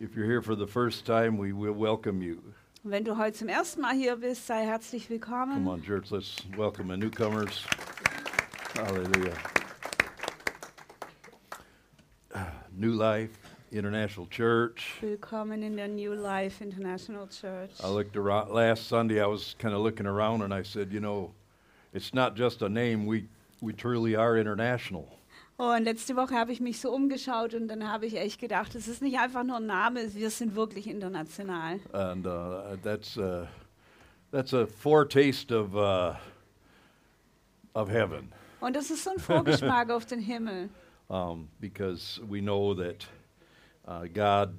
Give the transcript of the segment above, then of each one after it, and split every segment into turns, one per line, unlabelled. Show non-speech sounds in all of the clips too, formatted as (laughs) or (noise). If you're here for the first time, we will welcome you.
Und wenn du heute zum ersten Mal hier bist, sei herzlich
Come
willkommen.
on, church, let's welcome the newcomers. Hallelujah. New Life International Church.
Willkommen in der New Life International Church.
I looked around last Sunday. I was kind of looking around, and I said, you know, it's not just a name. We we truly are international.
Oh, Und letzte Woche habe ich mich so umgeschaut und dann habe ich echt gedacht, es ist nicht einfach nur ein Name, wir sind wirklich international.
and uh, that's uh, that's a foretaste of uh, of heaven,
Und das ist so
(laughs)
ein Vorgeschmack auf den Himmel.
um, because we know that uh, God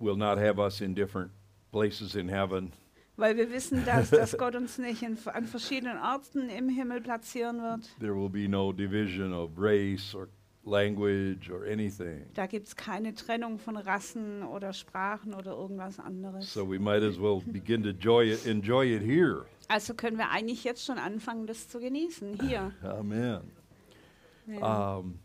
will not have us in different places in heaven.
Weil wir wissen, dass, dass Gott uns nicht in, an verschiedenen Orten im Himmel platzieren wird.
There will be no division of race or language or anything.
Da gibt es keine Trennung von Rassen oder Sprachen oder irgendwas anderes.
So we might as well begin to enjoy it, enjoy it here.
Also können wir eigentlich jetzt schon anfangen, das zu genießen, hier.
Amen.
Ja.
Um,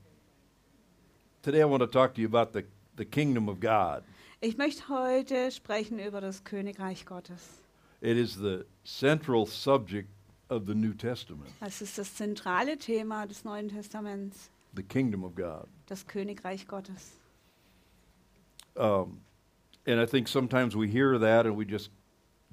today I want to talk to you about the, the kingdom of God.
Ich möchte heute sprechen über das Königreich Gottes.
It is the central subject of the New Testament,
Das ist das zentrale Thema des Neuen Testaments,
the kingdom of God.
das Königreich Gottes.
Um, and I think sometimes we hear that and we just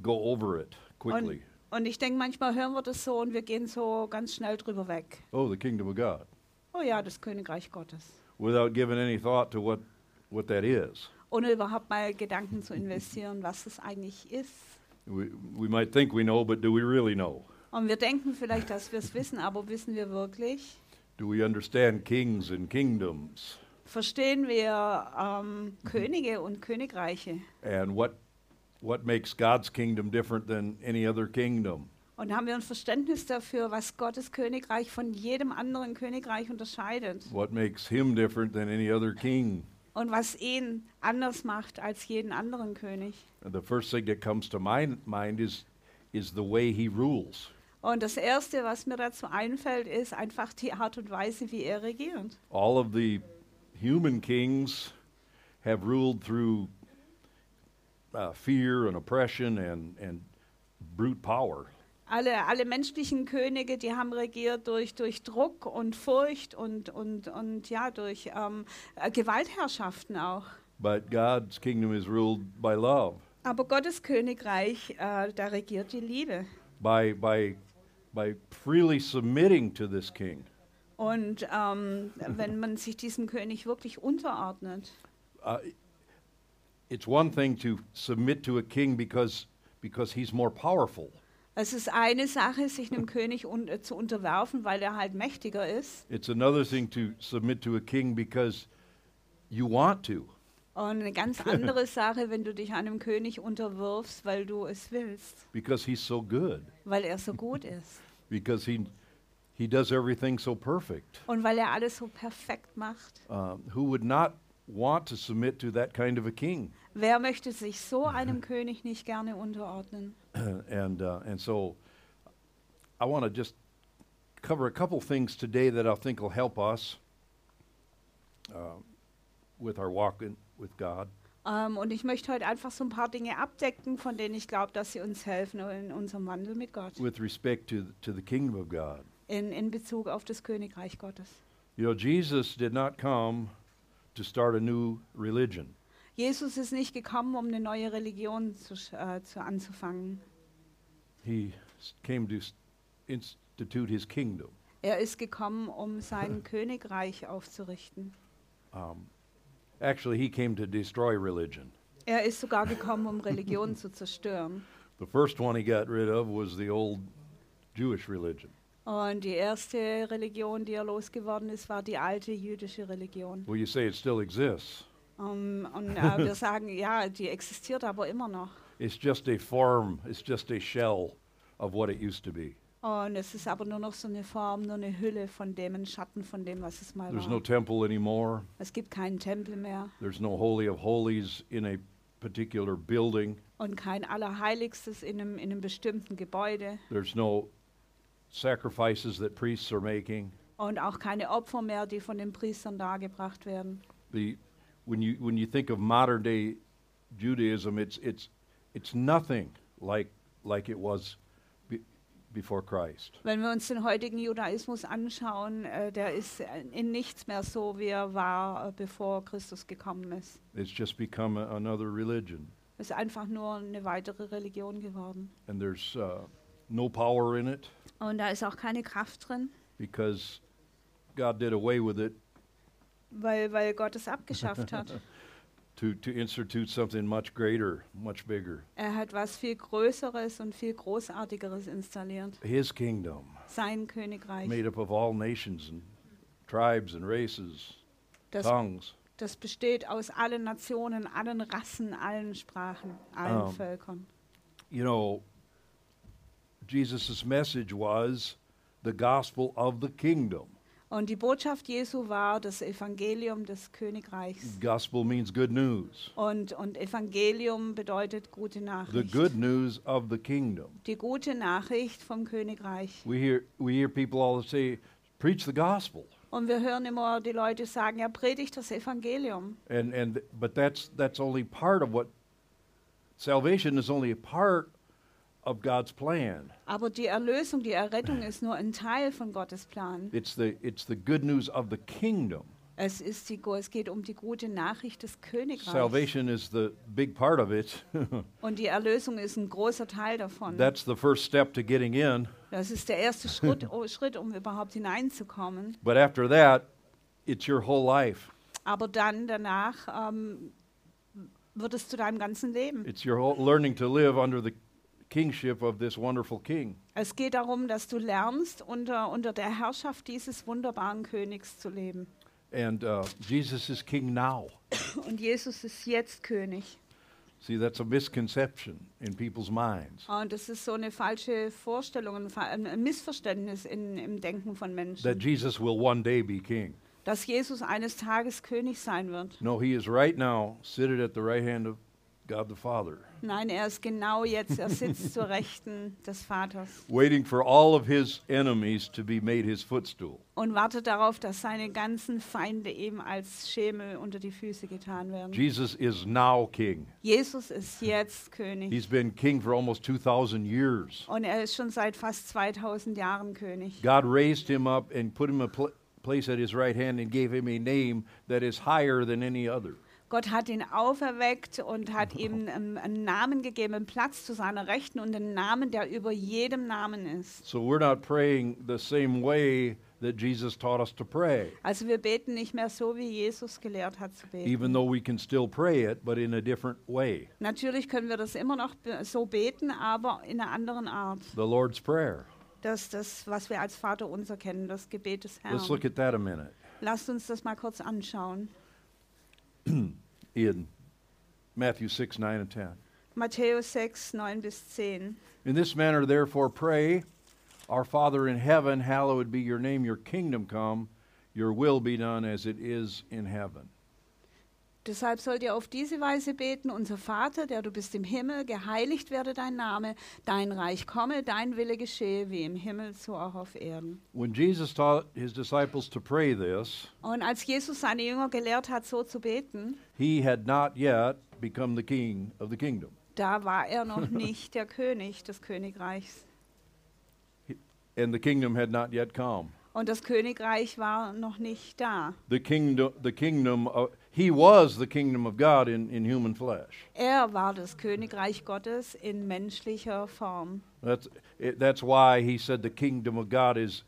go over it quickly.
Und ich denke, manchmal hören wir das so und wir gehen so ganz schnell drüber weg.
oh, the kingdom of God,
Oh ja, das Königreich Gottes.
without giving any thought to what, what that is.
Ohne überhaupt mal Gedanken zu investieren, was es eigentlich ist.
We, we might think we know, but do we really know?
Und wir denken vielleicht, dass wir es wissen, aber wissen wir wirklich?
Do we understand kings and kingdoms
Verstehen wir ähm, Könige und Königreiche?
and what, what makes God's kingdom different than any other kingdom?
Und haben wir ein Verständnis dafür, was Gottes Königreich von jedem anderen Königreich unterscheidet?
What makes him different than any other king?
und was ihn anders macht als jeden anderen König.
The first thing that comes to my mind is is the way he rules.
Und das Erste, was mir dazu einfällt, ist einfach die Art und Weise, wie er regiert.
All of the human kings have ruled through uh, fear and oppression and and brute power.
Alle, alle menschlichen Könige, die haben regiert durch, durch Druck und Furcht und, und, und ja, durch ähm, äh, Gewaltherrschaften auch.
But God's kingdom is ruled by love,
Aber Gottes Königreich, äh, da regiert die Liebe.
by by by freely submitting to this king.
Und ähm, wenn man sich diesem König wirklich unterordnet.
Uh, it's one thing to submit to a king because because he's more powerful.
Es ist eine Sache, sich einem König un äh, zu unterwerfen, weil er halt mächtiger ist.
It's another thing to submit to a king because you want to.
Und eine ganz andere Sache, wenn du dich einem König unterwirfst, weil du es willst,
because he's so good
weil er so gut ist
because he he does everything so perfect
und weil er alles so perfekt macht.
um, who would not want to submit to that kind of a king
Wer möchte sich so einem König nicht gerne unterordnen?
and uh, and so i want to just cover a couple things today that i think will help us uh, with our walk in, with god
Ähm, und ich möchte heute einfach so ein paar Dinge abdecken, von denen ich glaube, dass sie uns helfen in unserem Wandel mit Gott,
with respect to to the kingdom of god
in, in Bezug auf das Königreich Gottes.
you know jesus did not come to start a new religion
Jesus ist nicht gekommen, um eine neue Religion zu, sch- äh, zu anzufangen.
He s- came to s- institute his kingdom.
Er ist gekommen, um sein Königreich aufzurichten.
Um, actually, he came to destroy religion.
Er ist sogar gekommen, um Religionen zu zerstören.
The first one he got rid of was the old Jewish religion,
Und die erste Religion, die er losgeworden ist, war die alte jüdische Religion.
Well, you say it still exists.
Ähm, und
(laughs)
äh, wir sagen, ja, die existiert aber immer noch.
It's just a form, it's just a shell of what it used to be.
Und es ist aber nur noch so eine Form, nur eine Hülle von dem, ein Schatten von dem, was es mal
There's no
war.
temple anymore,
Es gibt keinen Tempel mehr
there's no Holy of Holies in a particular building,
und kein Allerheiligstes in einem, in einem bestimmten Gebäude
there's no sacrifices that priests are making.
und auch keine Opfer mehr, die von den Priestern dargebracht werden.
the when you when you think of modern day Judaism, it's, it's, it's nothing like, like it was be, before Christ.
Wenn wir uns den heutigen Judaismus anschauen, äh, der ist äh, in nichts mehr so, wie er war, äh, bevor Christus gekommen ist.
It's just become a, another religion.
Ist einfach nur eine weitere Religion geworden.
And there's uh, no power in it
Und da ist auch keine Kraft drin,
because God did away with it
weil, weil Gott es abgeschafft (laughs) hat.
to, to institute something much greater, much bigger.
Er hat was viel Größeres und viel Großartigeres installiert.
His kingdom,
Sein Königreich.
made up of all nations and tribes and races,
Das,
tongues.
das besteht aus allen Nationen, allen Rassen, allen Sprachen, allen
Ähm.
Völkern.
you know, Jesus' message was the gospel of the kingdom.
Und die Botschaft Jesu war das Evangelium des Königreichs.
Gospel means good news.
Und, und Evangelium bedeutet gute
The
Nachricht.
good news of the kingdom.
Die gute Nachricht vom Königreich.
We hear, we hear people all say, preach the gospel.
Und wir hören immer die Leute sagen, ja, predigt das Evangelium.
And, and, but that's, that's only part of what, salvation is only a part of God's plan.
Aber die Erlösung, die Errettung ist nur ein Teil von Gottes Plan.
It's the, it's the good news of the kingdom.
Es, ist die, es geht um die gute Nachricht des Königreichs.
Salvation is the big part of it. (laughs)
Und die Erlösung ist ein großer Teil davon.
that's the first step to getting in.
das ist der erste Schritt, oh, Schritt, um überhaupt hineinzukommen.
But after that, it's your whole life.
Aber dann danach ähm, wird es zu deinem ganzen Leben.
It's your whole learning to live under the kingship of this wonderful king.
Es geht darum, dass du lernst, unter, unter der Herrschaft dieses wunderbaren Königs zu leben.
And uh, Jesus is king now.
Und Jesus ist jetzt König.
See, that's a misconception in people's minds
Und das ist so eine falsche Vorstellung, ein, fa- ein ein Missverständnis in, im Denken von
that
Menschen,
Jesus will one day be king.
dass Jesus eines Tages König sein wird.
No, he is right now seated at the right hand of God the Father,
Nein, er ist genau jetzt, er sitzt zur Rechten des Vaters
waiting for all of his enemies to be made his footstool.
und wartet darauf, dass seine ganzen Feinde ihm als Schemel unter die Füße getan werden.
Jesus is now king.
Jesus ist jetzt König
He's been king for almost 2,000 years.
und er ist schon seit fast 2000 Jahren König.
God raised him up and put him a pl- place at his right hand and gave him a name that is higher than any other.
Gott hat ihn auferweckt und hat ihm ähm, einen Namen gegeben, einen Platz zu seiner Rechten und einen Namen, der über jedem Namen ist.
So we're not praying the same way that Jesus taught us to pray,
Also wir beten nicht mehr so, wie Jesus gelehrt hat zu beten.
even though we can still pray it, but in a different way.
Natürlich können wir das immer noch be- so beten, aber in einer anderen Art.
The Lord's Prayer.
Das, das, was wir als Vater unser kennen, das Gebet des
Let's look
Herrn.
at that a minute.
Lasst uns das mal kurz anschauen.
In Matthew 6, 9, and 10.
Matthäus 6, 9 bis 10.
In this manner, therefore, pray Our Father in heaven, hallowed be your name, your kingdom come, your will be done as it is in heaven.
Deshalb sollt ihr auf diese Weise beten, unser Vater, der du bist im Himmel, geheiligt werde dein Name, dein Reich komme, dein Wille geschehe, wie im Himmel, so auch auf Erden.
When Jesus taught his disciples to pray this,
Und als Jesus seine Jünger gelehrt hat, so zu beten,
he had not yet become the king of the kingdom.
da war er noch nicht der König des Königreichs.
And the kingdom had not yet come.
Und das Königreich war noch nicht da.
The kingdom, the kingdom of, he was the kingdom of God in, in human flesh.
Er war das Königreich Gottes in menschlicher Form.
That's, it, that's why he said the kingdom of God is,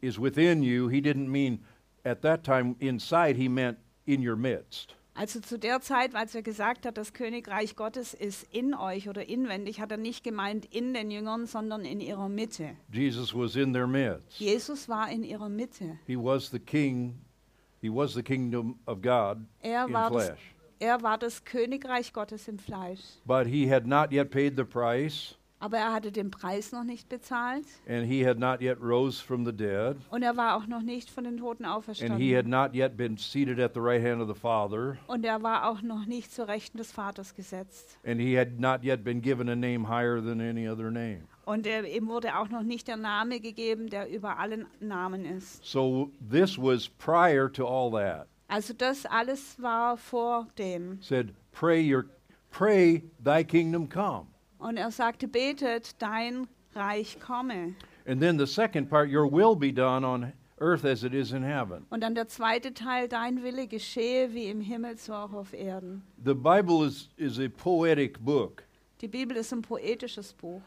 is within you. He didn't mean at that time inside, he meant in your midst.
Also zu der Zeit, als er gesagt hat, das Königreich Gottes ist in euch oder inwendig, hat er nicht gemeint in den Jüngern, sondern in ihrer Mitte.
Jesus was in their midst.
Jesus war in ihrer Mitte.
He was the king. He was the kingdom of God
Er
in
war, das,
flesh.
er war das Königreich Gottes im Fleisch.
But he had not yet paid the price,
Aber er hatte den Preis noch nicht bezahlt
and he had not yet rose from the dead,
und er war auch noch nicht von den Toten
and he had
auferstanden.
not yet been seated at the right hand of the Father,
Und er war auch noch nicht zur Rechten des Vaters gesetzt.
and he had not yet been given a name higher than any other name.
Und er, ihm wurde auch noch nicht der Name gegeben, der über allen Namen ist.
So this was prior to all that.
Also das alles war vor dem.
Said, pray your Pray, thy kingdom come.
Und er sagte, betet, dein Reich komme.
And then the second part, your will be done on earth as it is in heaven.
Und dann der zweite Teil, dein Wille geschehe wie im Himmel, so auch auf Erden.
The Bible is, is a poetic book.
Die Bibel ist ein poetisches Buch.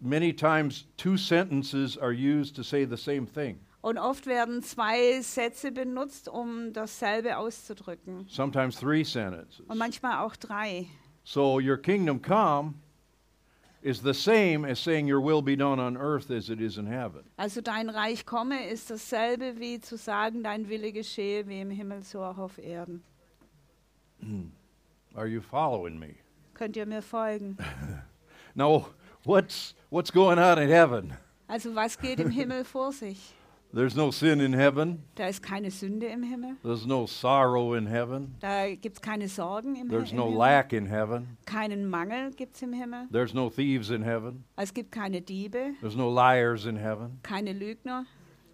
Many times, two sentences are used to say the same thing.
Und oft werden zwei Sätze benutzt, um dasselbe auszudrücken.
Sometimes three sentences.
Und manchmal auch drei.
So, your kingdom come is the same as saying your will be done on earth as it is in heaven.
Also dein Reich komme ist dasselbe wie zu sagen, dein Wille geschehe wie im Himmel, so auch auf Erden.
Are you following me?
Könnt ihr mir folgen?
Now, what's, what's going on in heaven?
Also was geht im Himmel vor sich?
There's no sin in heaven.
Da ist keine Sünde im Himmel.
There's no sorrow in heaven.
Da gibt es keine Sorgen im, Hi- (laughs)
There's
im
no
Himmel.
lack in heaven.
Keinen Mangel gibt es im Himmel.
There's no thieves in heaven.
Es gibt keine Diebe,
There's no liars in heaven.
keine Lügner.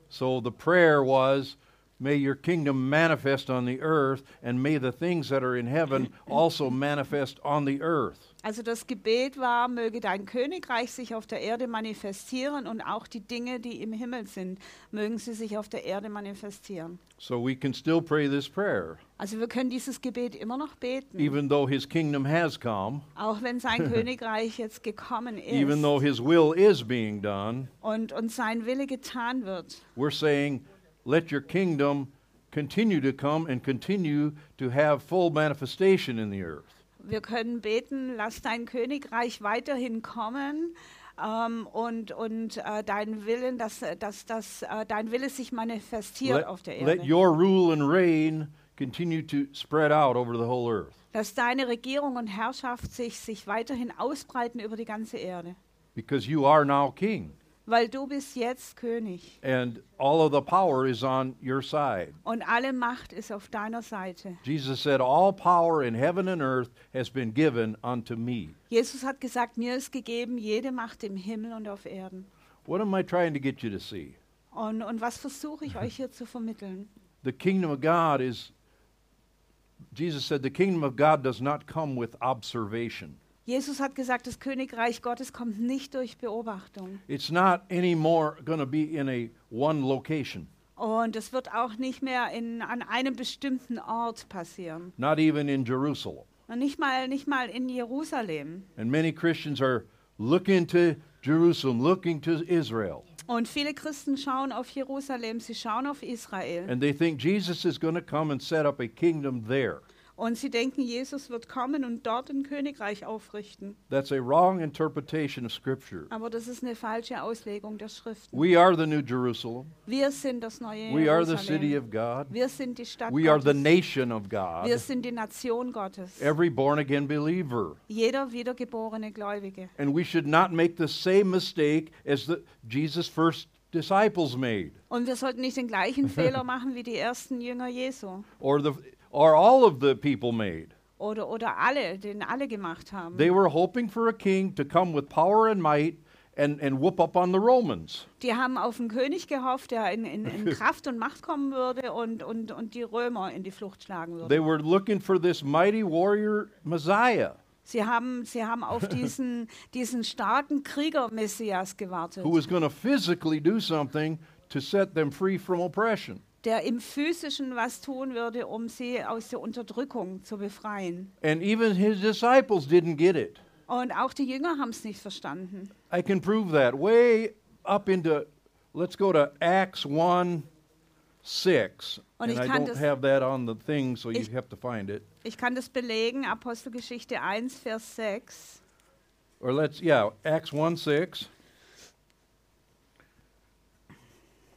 So the prayer was, May your kingdom manifest on the earth, and may the things that are in heaven also manifest on the earth.
Also das Gebet war, möge dein Königreich sich auf der Erde manifestieren und auch die Dinge, die im Himmel sind, mögen sie sich auf der Erde manifestieren.
So we can still pray this prayer,
Also wir können dieses Gebet immer noch beten,
even though his kingdom has come,
auch
(laughs)
wenn sein Königreich jetzt gekommen
even though
ist
his will is being done.
und, und sein Wille getan wird.
We're saying, Let your kingdom continue to come and continue to have full manifestation in the earth.
Wir können beten, lass dein Königreich weiterhin kommen. Ähm, und und äh, dein Willen, dass, äh, dass, dass äh, dein Wille sich manifestiert
Let,
auf der
let
Erde.
your rule and reign continue to spread out over the whole earth.
dass deine Regierung und Herrschaft sich, sich weiterhin ausbreiten über die ganze Erde.
Because you are now king,
Weil du bist jetzt König
and all of the power is on your side.
und alle Macht ist auf deiner Seite.
Jesus said, All power in heaven and earth has been given unto me.
Jesus hat gesagt, mir ist gegeben jede Macht im Himmel und auf Erden.
What am I trying to get you to see?
Und, und was
(laughs)
versuche ich euch hier zu vermitteln?
The kingdom of God is, Jesus said, the kingdom of God does not come with observation.
Jesus hat gesagt, das Königreich Gottes kommt nicht durch Beobachtung.
It's not anymore going to be in a one location,
Und es wird auch nicht mehr in, an einem bestimmten Ort passieren.
not even in Jerusalem.
Und nicht mal, nicht mal in Jerusalem.
And many Christians are looking to Jerusalem, looking to Israel,
Und viele Christen schauen auf Jerusalem, sie schauen auf Israel.
and they think Jesus is going to come and set up a kingdom there.
Und sie denken, Jesus wird kommen und dort ein Königreich aufrichten.
That's a wrong interpretation of Scripture.
Aber das ist eine falsche Auslegung der Schriften.
We are the new Jerusalem.
Wir sind das neue
We are the city
Jerusalem.
of God.
Wir sind die Stadt
We are the
Gottes.
nation of
Wir
God.
sind die Nation Gottes.
Every born again believer.
Jeder wiedergeborene Gläubige.
And we should not make the same mistake as the Jesus' first disciples made,
Und wir sollten nicht
(laughs)
den gleichen Fehler machen wie die ersten Jünger Jesu.
or the or all of the people made.
Oder, oder alle, den alle gemacht haben.
They were hoping for a king to come with power and might and, and whoop up on the Romans.
Die haben auf einen König gehofft, der in,
(laughs)
in, in Kraft und Macht kommen würde und, und, und die Römer in die Flucht schlagen würde.
They were looking for this mighty warrior Messiah
Sie haben, sie haben
(laughs)
auf diesen, diesen starken Krieger-Messias gewartet,
who was going to physically do something to set them free from oppression.
der im Physischen was tun würde, um sie aus der Unterdrückung zu befreien.
And even his disciples didn't get it.
Und auch die Jünger haben es nicht verstanden.
I can prove that way up into, let's go to Acts 1 6.
Und
and
ich
I
kann
don't
das-
have that on the thing, so you
Ich-
have to find it.
Ich kann das belegen, Apostelgeschichte 1, Vers 6.
Or let's, yeah, Acts 1 6.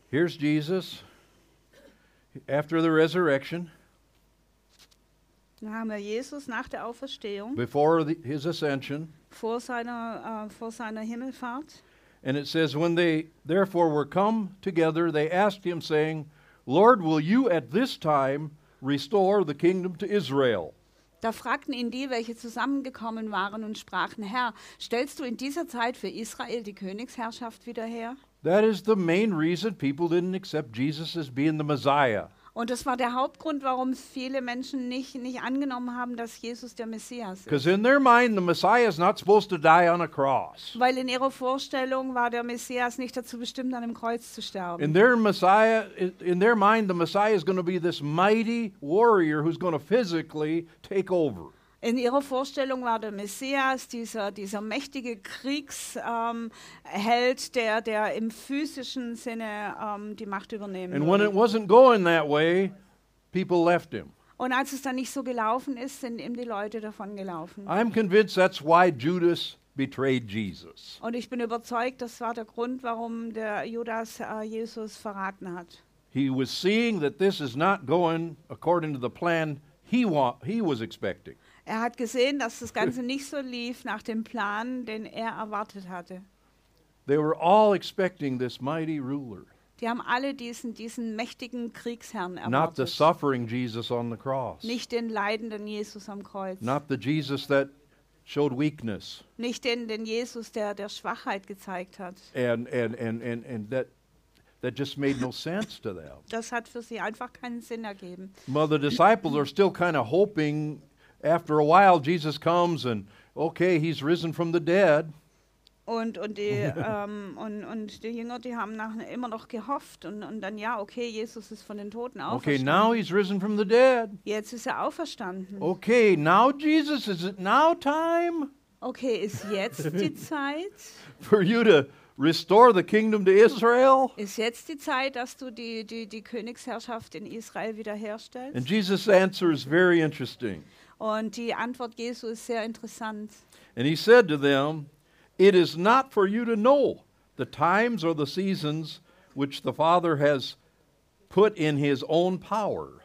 Here's Jesus after the resurrection,
Da haben wir Jesus nach der Auferstehung,
before the, his ascension.
vor seiner, äh, vor seiner Himmelfahrt.
And it says, When they therefore were come together, they asked him, saying, Lord, will you at this time restore the kingdom to Israel?
Da fragten ihn die, welche zusammengekommen waren und sprachen, Herr, stellst du in dieser Zeit für Israel die Königsherrschaft wieder her?
That is the main reason people didn't accept Jesus as being the Messiah.
Und das war der Hauptgrund, warum viele Menschen nicht, nicht angenommen haben, dass Jesus der Messias ist.
Because in their mind, the Messiah is not supposed to die on a cross.
Weil in ihrer Vorstellung war der Messias nicht dazu bestimmt, an dem Kreuz zu sterben.
In their Messiah, in- in their mind, the Messiah is going to be this mighty warrior who's going to physically take over.
In ihrer Vorstellung war der Messias dieser, dieser mächtige Kriegsheld, ähm, Held, der, der im physischen Sinne ähm, die Macht übernehmen
And when it
würde.
wasn't going that way, people left him.
Und als es dann nicht so gelaufen ist, sind ihm die Leute davon gelaufen.
I'm convinced that's why Judas betrayed Jesus.
Und ich bin überzeugt, das war der Grund, warum der Judas äh, Jesus verraten hat.
He was seeing that this is not going according to the plan he wa- he was expecting.
Er hat gesehen, dass das Ganze nicht so lief nach dem Plan, den er erwartet hatte.
They were all expecting this mighty ruler,
Die haben alle diesen, diesen mächtigen Kriegsherrn
not the
erwartet.
suffering Jesus on the cross,
Nicht den leidenden Jesus am Kreuz.
not the Jesus that showed weakness
Nicht den, den Jesus, der, der Schwachheit gezeigt hat.
and and and and, and that that just made no sense to them.
Das hat für sie einfach keinen Sinn ergeben.
Well, the disciples are still kind of hoping after a while Jesus comes and okay, he's risen from the dead.
Und,
(laughs)
und, die, ähm, und, und die Jünger, die haben nach, immer noch gehofft. Und, und dann, ja, okay, Jesus ist von den Toten
Okay,
auferstanden.
now Oh. he's risen from the dead.
Jetzt ist er auferstanden.
Okay, now Jesus, is it now time
Okay, ist jetzt
(laughs)
die Zeit?
for you to restore the kingdom to Israel?
Ist jetzt die Zeit, dass du die, die, die Königsherrschaft in Israel
And
wiederherstellst?
Jesus' answer is very interesting.
Und die Antwort Jesu ist sehr interessant.
And he said to them, It is not for you to know the times or the seasons which the Father has put in his own power.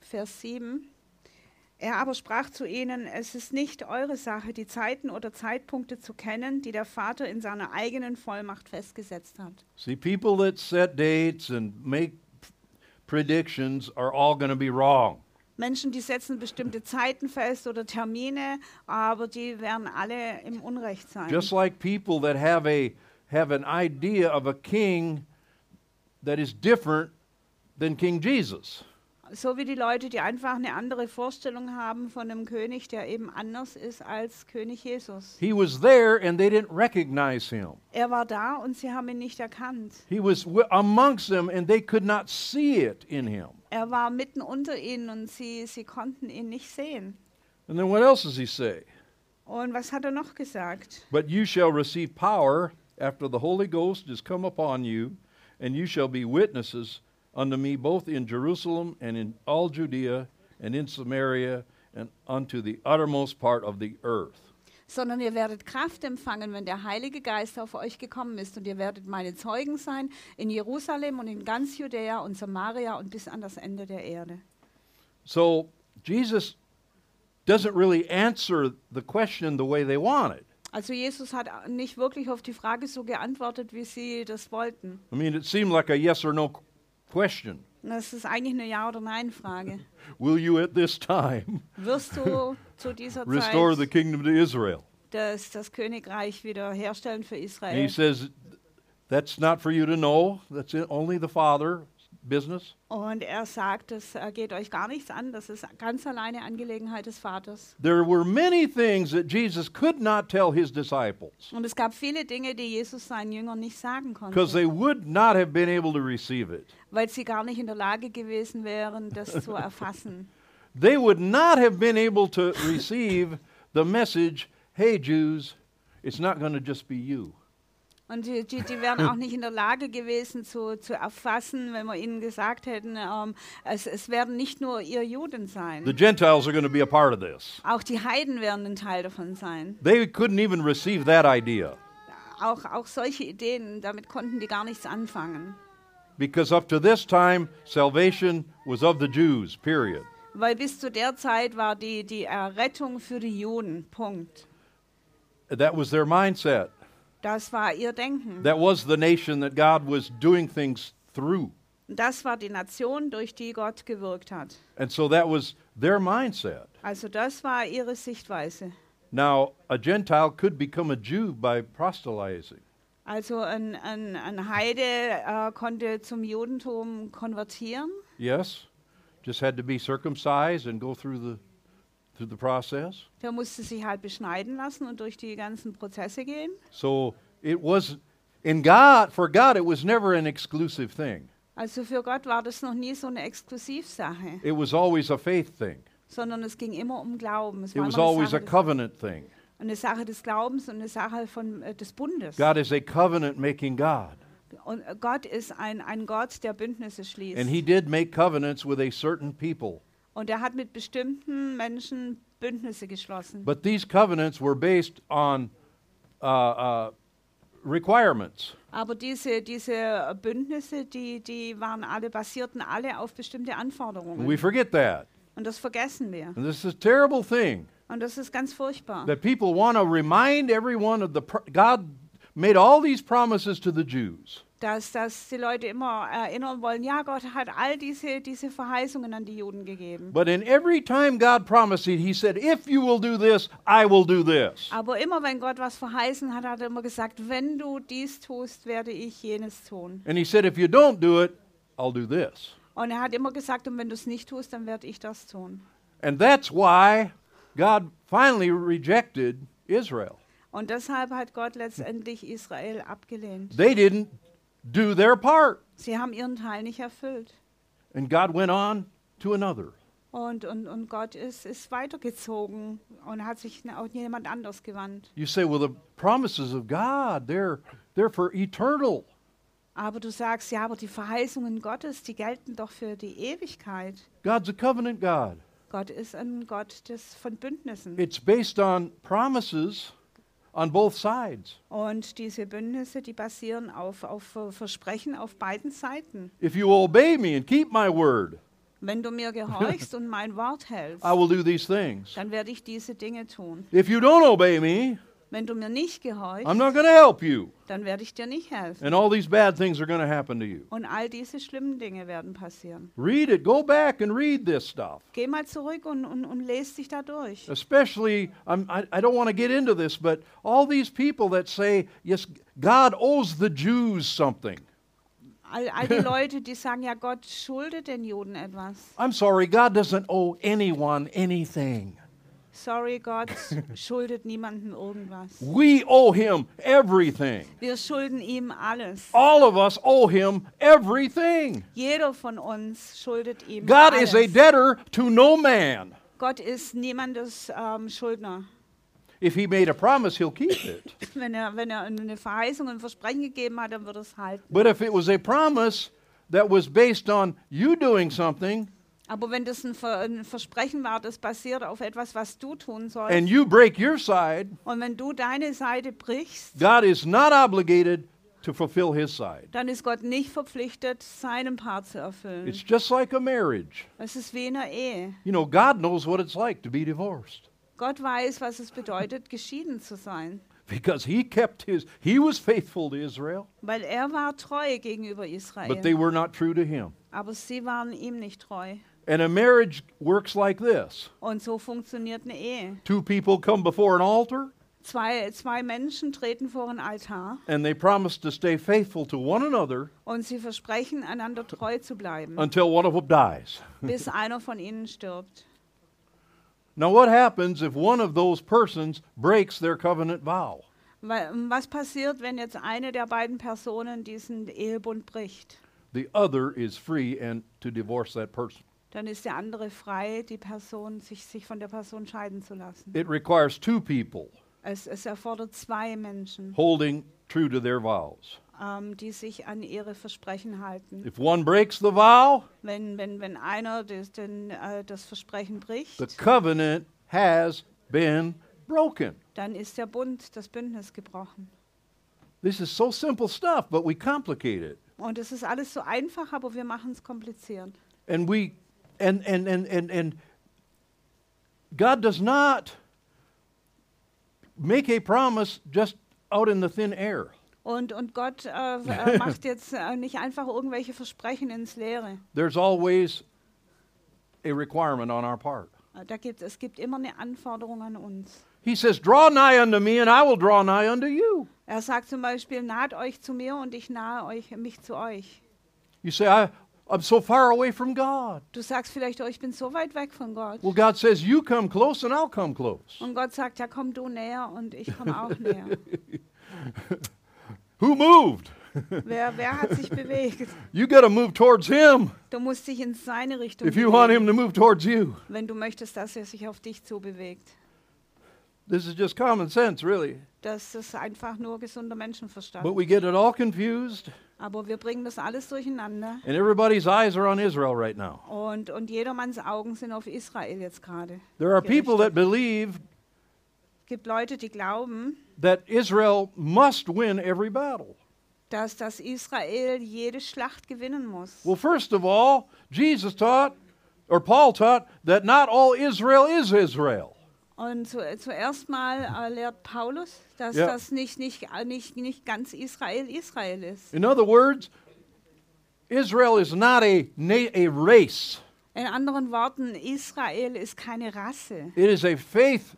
Vers 7. Er aber sprach zu ihnen, es ist nicht eure Sache, die Zeiten oder Zeitpunkte zu kennen, die der Vater in seiner eigenen Vollmacht festgesetzt hat.
See, people that set dates and make predictions are all going to be wrong.
Menschen, die setzen bestimmte Zeiten fest oder Termine, aber die werden alle im Unrecht sein.
Just like people that have a have an idea of a king that is different than King Jesus.
So wie die Leute, die einfach eine andere Vorstellung haben von einem König, der eben anders ist als König Jesus.
He was there and they didn't recognize him.
Er war da und sie haben ihn nicht erkannt.
He was w- amongst them and they could not see it in him.
Er war mitten unter ihnen und sie, sie konnten ihn nicht sehen.
And then what else does he say?
Und was hat er noch gesagt?
But you shall receive power after the Holy Ghost is come upon you, and you shall be witnesses unto me both in Jerusalem and in all Judea and in Samaria and unto the uttermost part of the earth.
Sondern ihr werdet Kraft empfangen, wenn der Heilige Geist auf euch gekommen ist. Und ihr werdet meine Zeugen sein in Jerusalem und in ganz Judäa und Samaria und bis an das Ende der Erde.
So Jesus doesn't really answer the question the way they wanted.
Also Jesus hat nicht wirklich auf die Frage so geantwortet, wie sie das wollten.
I mean, it seemed like a yes or no q- question.
Das ist eigentlich eine Ja- oder Nein-Frage.
Will you at this time
Wirst du zu dieser
restore the
Zeit
kingdom to Israel?
das, das Königreich wiederherstellen für
And he
Israel?
says, That's not for you to know. That's it, only the Father's business.
Und er sagt, das äh, geht euch gar nichts an, das ist ganz alleine Angelegenheit des Vaters.
There were many things that Jesus could not tell his disciples
Und es gab viele Dinge, die Jesus seinen Jüngern nicht sagen
because
konnte,
they would not have been able to receive it.
weil sie gar nicht in der Lage gewesen wären, das zu erfassen.
They would not have been able to (laughs) receive the message hey, Jews, it's not going to just be you.
Und die, die, die wären auch nicht in der Lage gewesen zu, zu erfassen, wenn wir ihnen gesagt hätten, ähm, es, es werden nicht nur ihr Juden
The
sein,
Gentiles are going to be a part of this.
auch die Heiden werden ein Teil davon sein.
They couldn't even receive that idea
Auch, auch solche Ideen, damit konnten die gar nichts anfangen.
because up to this time, salvation was of the Jews, period.
Weil bis zu der Zeit war die, die Errettung für die Juden, Punkt.
That was their mindset.
Das war ihr Denken.
That was the nation that God was doing things through.
Das war die Nation, durch die Gott gewirkt hat.
And so that was their mindset.
Also das war ihre Sichtweise.
Now, a Gentile could become a Jew by proselytizing.
Also ein, ein, ein Heide äh, konnte zum Judentum konvertieren.
Yes, just had to be circumcised and go through the through the process.
Der musste sich halt beschneiden lassen und durch die ganzen Prozesse gehen.
So it was in God for God it was never an exclusive thing.
Also für Gott war das noch nie so eine Exklusivsache,
It was always a faith thing.
sondern es ging immer um Glauben. Es
It
war
was
immer eine
always a
Sache, des,
covenant thing.
eine Sache des Glaubens und eine Sache von, äh, des Bundes.
God is a covenant making God.
Und äh, Gott ist ein, ein Gott, der Bündnisse schließt.
And he did make covenants with a certain people.
Und er hat mit bestimmten Menschen Bündnisse geschlossen.
But these covenants were based on uh, uh, requirements.
Aber diese, diese Bündnisse, die, die waren alle, basierten alle auf bestimmte Anforderungen.
And we forget that.
Und das vergessen wir.
And this is a terrible thing
Und das ist ganz furchtbar.
that people want to remind everyone of the pro- God made all these promises to the Jews.
Dass, dass die Leute immer erinnern wollen, ja, Gott hat all diese, diese Verheißungen an die Juden gegeben.
But in every time God promised it, he said, If you will do this, I will do this.
Aber immer wenn Gott was verheißen hat, hat er immer gesagt, wenn du dies tust, werde ich jenes tun.
And he said, If you don't do it, I'll do this.
Und er hat immer gesagt, und wenn du es nicht tust, dann werde ich das tun.
And that's why God finally rejected Israel.
Und deshalb hat Gott letztendlich Israel abgelehnt.
They didn't do their part.
Sie haben ihren Teil nicht erfüllt.
And God went on to another.
Und, und, und Gott ist, ist weitergezogen und hat sich auch jemand anders gewandt.
You say, Well, the promises of God, they're, they're for eternal.
Aber du sagst, ja, aber die Verheißungen Gottes, die gelten doch für die Ewigkeit.
God's a covenant God.
Gott ist ein Gott des, von Bündnissen.
It's based on promises on both sides.
Und diese Bündnisse, die basieren auf, auf äh, Versprechen auf beiden Seiten.
If you obey me and keep my word,
Wenn du
(laughs)
mir gehorchst und mein Wort hältst,
I will do these things.
dann werde ich diese Dinge tun.
If you don't obey me,
Wenn du mir nicht
I'm
gehorchst,
not going to help you.
dann werde ich dir nicht helfen.
And all these bad things are going to happen to you.
Und all diese schlimmen Dinge werden passieren.
Read it. Go back and read this stuff.
Geh mal zurück und, und, und lese dich da durch.
Especially, I'm, I, I don't want to get into this, but all these people that say, yes, God owes the Jews something.
All, all die Leute, die sagen, ja, Gott schuldet den Juden etwas.
I'm sorry, God doesn't owe anyone anything.
Sorry,
(laughs)
Gott schuldet niemandem irgendwas.
We owe him everything.
Wir schulden ihm alles.
All of us owe him everything.
Jeder von uns schuldet ihm
God is
alles.
a debtor to no man.
Gott ist niemandes ähm, Schuldner.
If he made a promise, he'll keep it.
Wenn er, wenn er eine Verheißung, ein Versprechen gegeben hat, dann wird er es halten.
But if it was a promise that was based on you doing something
Aber wenn das ein, Ver ein Versprechen war, das basiert auf etwas, was du tun sollst,
and you break your side,
und wenn du deine Seite brichst,
God is not obligated to fulfill his side.
dann ist Gott nicht verpflichtet, seinen Part zu erfüllen.
It's just like a marriage.
Es ist wie in einer Ehe.
You know, God knows what it's like to be divorced
Gott weiß, was es bedeutet, geschieden zu sein,
because he kept his, he was faithful to Israel,
weil er war treu gegenüber
but they
Israel,
were not true to him.
aber sie waren ihm nicht treu.
And a marriage works like this
Und so funktioniert eine Ehe.
two people come before an altar
Zwei, zwei Menschen treten vor einen Altar
and they promise to stay faithful to one another
und sie versprechen, einander treu zu bleiben,
until one of them dies.
bis einer von ihnen stirbt.
Now, what happens if one of those persons breaks their covenant vow?
Wa- Was passiert, wenn jetzt eine der beiden Personen diesen Ehebund bricht?
The other is free and to divorce that person.
Dann ist der andere frei, die Person, sich, sich von der Person scheiden zu lassen.
It requires two people
Es, es erfordert zwei Menschen.
holding true to their vows.
ähm, die sich an ihre Versprechen halten.
If one breaks the vow,
Wenn, wenn, wenn einer des, den, äh, das Versprechen bricht,
the covenant has been broken.
dann ist der Bund, das Bündnis gebrochen.
This is so simple stuff, but we complicate it.
Und es ist alles so einfach, aber wir machen es kompliziert.
And we and and and and, and God does not make a promise just out in the thin air.
Und, und Gott äh, w- äh, macht jetzt äh, nicht einfach irgendwelche Versprechen ins Leere.
there's always a requirement on our part.
Äh, Da gibt, es gibt immer eine Anforderung an uns.
He says, Draw nigh unto me, and I will draw nigh unto you.
Er sagt zum Beispiel, naht euch zu mir und ich nahe euch, mich zu euch.
You say, I, I'm so far away from God.
Du sagst vielleicht, oh, ich bin so weit weg von Gott.
Well, God says, You come close and I'll come close.
Und Gott sagt, ja, komm du näher und ich komme auch näher.
Who moved?
Wer, wer hat sich bewegt?
You got to move towards Him
Du musst dich in seine Richtung
if you want Him
bewegen,
to move towards you.
wenn du möchtest, dass er sich auf dich zubewegt.
This is just common sense, really.
Das ist einfach nur gesunder Menschenverstand.
But we get it all confused,
Aber wir bringen das alles durcheinander.
and everybody's eyes are on Israel right now.
Und, und jedermanns Augen sind auf Israel jetzt gerade.
There are
Gerichtet.
people that believe
Es gibt Leute, die glauben,
that Israel must win every battle.
dass das Israel jede Schlacht gewinnen muss.
Well, first of all, Jesus taught, or Paul taught, that not all Israel is Israel.
Und zu, zuerst mal äh, lehrt Paulus, dass
Ja.
das nicht, nicht, äh, nicht, nicht ganz Israel Israel ist.
In other words, Israel is not a, na- a race,
In anderen Worten, Israel ist keine Rasse.
it is a faith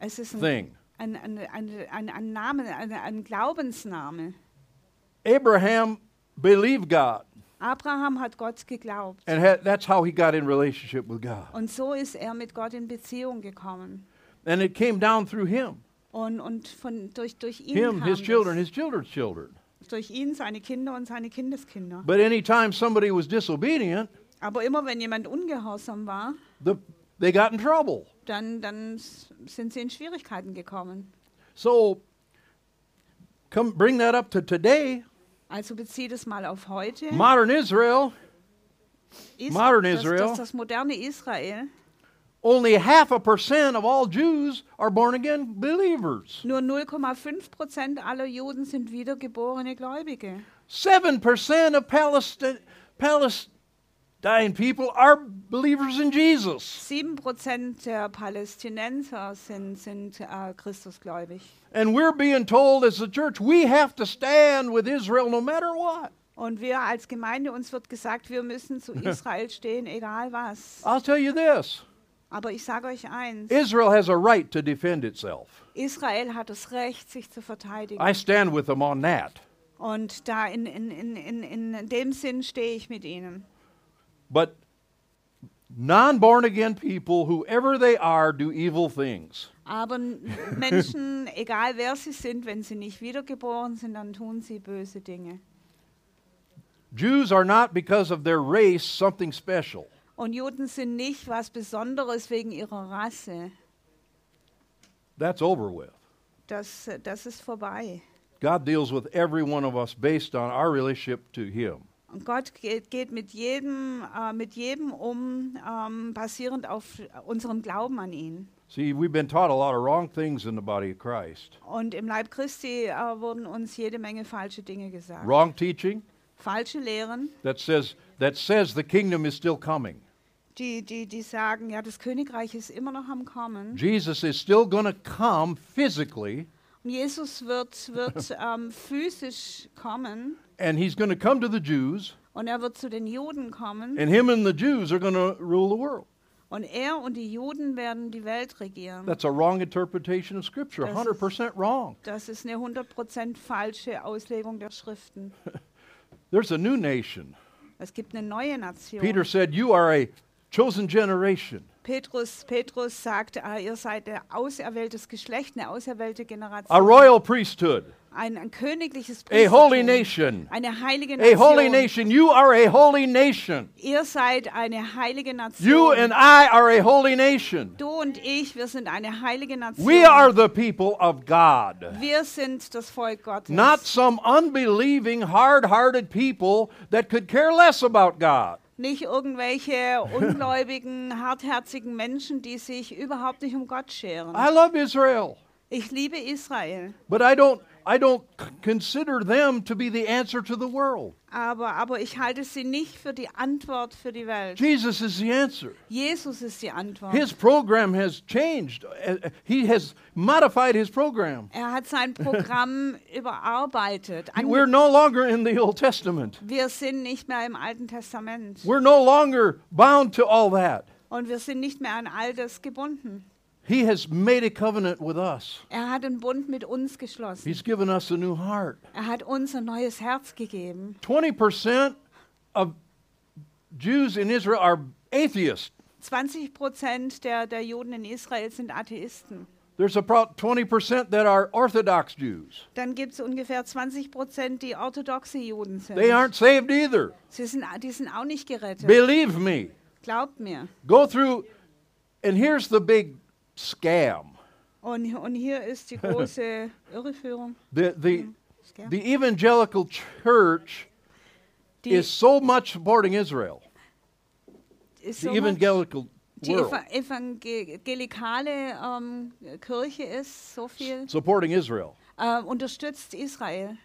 Es ist ein,
thing.
ein, ein, ein, ein, ein Name, ein, ein Glaubensname.
Abraham believed God,
Abraham hat Gott geglaubt.
and ha- that's how he got in relationship with God.
Und so ist er mit Gott in Beziehung gekommen.
And it came down through him,
Und, und von, durch, durch ihn
him,
kam
his children,
das.
his children's children.
durch ihn, seine Kinder und seine Kindeskinder.
But anytime somebody was disobedient,
Aber immer wenn jemand ungehorsam war,
the, they got in trouble.
dann, dann s- sind sie in Schwierigkeiten gekommen.
So come bring that up to today.
Also bezieht es mal auf heute.
Modern Israel,
Is-
modern
das,
Israel.
Das, das moderne Israel.
only half a percent of all Jews are born again believers.
Nur 0,5 Prozent aller Juden sind wiedergeborene Gläubige.
7% of Palestine, Palestine people are believers in Jesus.
7 Prozent der Palästinenser sind, sind äh, Christusgläubig.
And we're being told as a church we have to stand with Israel no matter what.
Und wir als Gemeinde, uns wird gesagt, wir müssen zu Israel stehen, egal was.
I'll tell you this
Aber ich sage euch eins,
Israel has a right to defend itself.
Israel hat das Recht, sich zu verteidigen.
I stand with them on that.
Und da in, in, in, in, in dem Sinn stehe ich mit ihnen.
But non born again people, whoever they are, do evil things.
Aber n- Menschen, egal wer sie sind, wenn sie nicht wiedergeboren sind, dann tun sie böse Dinge.
Jews are not, because of their race, something special.
Und Juden sind nicht was Besonderes wegen ihrer Rasse.
That's over with.
Das, äh, das ist vorbei.
God deals with every one of us based on our relationship to Him.
Und Gott geht, geht mit, jedem, äh, mit jedem um, ähm, basierend auf unserem Glauben an ihn.
See, we've been taught a lot of wrong things in the body of Christ
Und im Leib Christi äh, wurden uns jede Menge falsche Dinge gesagt.
wrong teaching
Falsche Lehren,
that says, that says the kingdom is still coming,
die, die, die sagen, ja, das Königreich ist immer noch am Kommen.
Jesus is still going to come physically,
Und Jesus wird, wird ähm, physisch kommen
and He's going to come to the Jews,
und er wird zu den Juden kommen
and Him and the Jews are going to rule the world.
und er und die Juden werden die Welt regieren.
That's a wrong interpretation of Scripture,
Das ist-
100% wrong.
Das ist eine 100% falsche Auslegung der Schriften.
There's a new nation.
Es gibt eine neue Nation.
Peter said, You are a chosen generation.
Petrus, Petrus sagt, äh, ihr seid ein auserwähltes Geschlecht, eine auserwählte Generation,
a royal priesthood,
ein, ein königliches
a holy
Priestertum,
nation.
eine heilige
A
Nation.
holy nation. You are a holy nation.
Ihr seid eine heilige Nation.
You and I are a holy nation.
du und ich, wir sind eine heilige Nation.
We are the people of God,
Wir sind das Volk Gottes.
not some unbelieving, hard hearted people that could care less about God.
nicht irgendwelche ungläubigen, hartherzigen Menschen, die sich überhaupt nicht um Gott scheren.
I love Israel,
Ich liebe Israel,
but I don't, I don't c- consider them to be the answer to the world.
aber, aber ich halte sie nicht für die Antwort für die Welt.
Jesus is the answer.
Jesus ist die Antwort.
His program has changed. Uh, uh, He has modified his program.
er hat sein
(laughs)
Programm überarbeitet. An-
We're no longer in the Old Testament.
wir sind nicht mehr im Alten Testament
We're no longer bound to all that.
und wir sind nicht mehr an all das gebunden.
He has made a covenant with us.
Er hat einen Bund mit uns geschlossen.
He's given us a new heart.
Er hat uns ein neues Herz gegeben.
20% of Jews in Israel are atheists.
20 Prozent der, der Juden in Israel sind Atheisten.
There's about 20% that are Orthodox Jews.
Dann gibt es ungefähr 20 Prozent, die orthodoxe Juden sind.
They aren't saved either.
Sie sind, die sind auch nicht gerettet.
Believe me.
Glaubt mir.
Go through, and here's the big scam.
Und, und hier
(laughs)
ist die große Irreführung.
The, the,
Scam.
the evangelical church
Die,
is so much supporting Israel.
ist
The
so much-
evangelical
die
world
Eva evangelikale ähm, Kirche ist so viel,
supporting Israel.
äh, unterstützt Israel.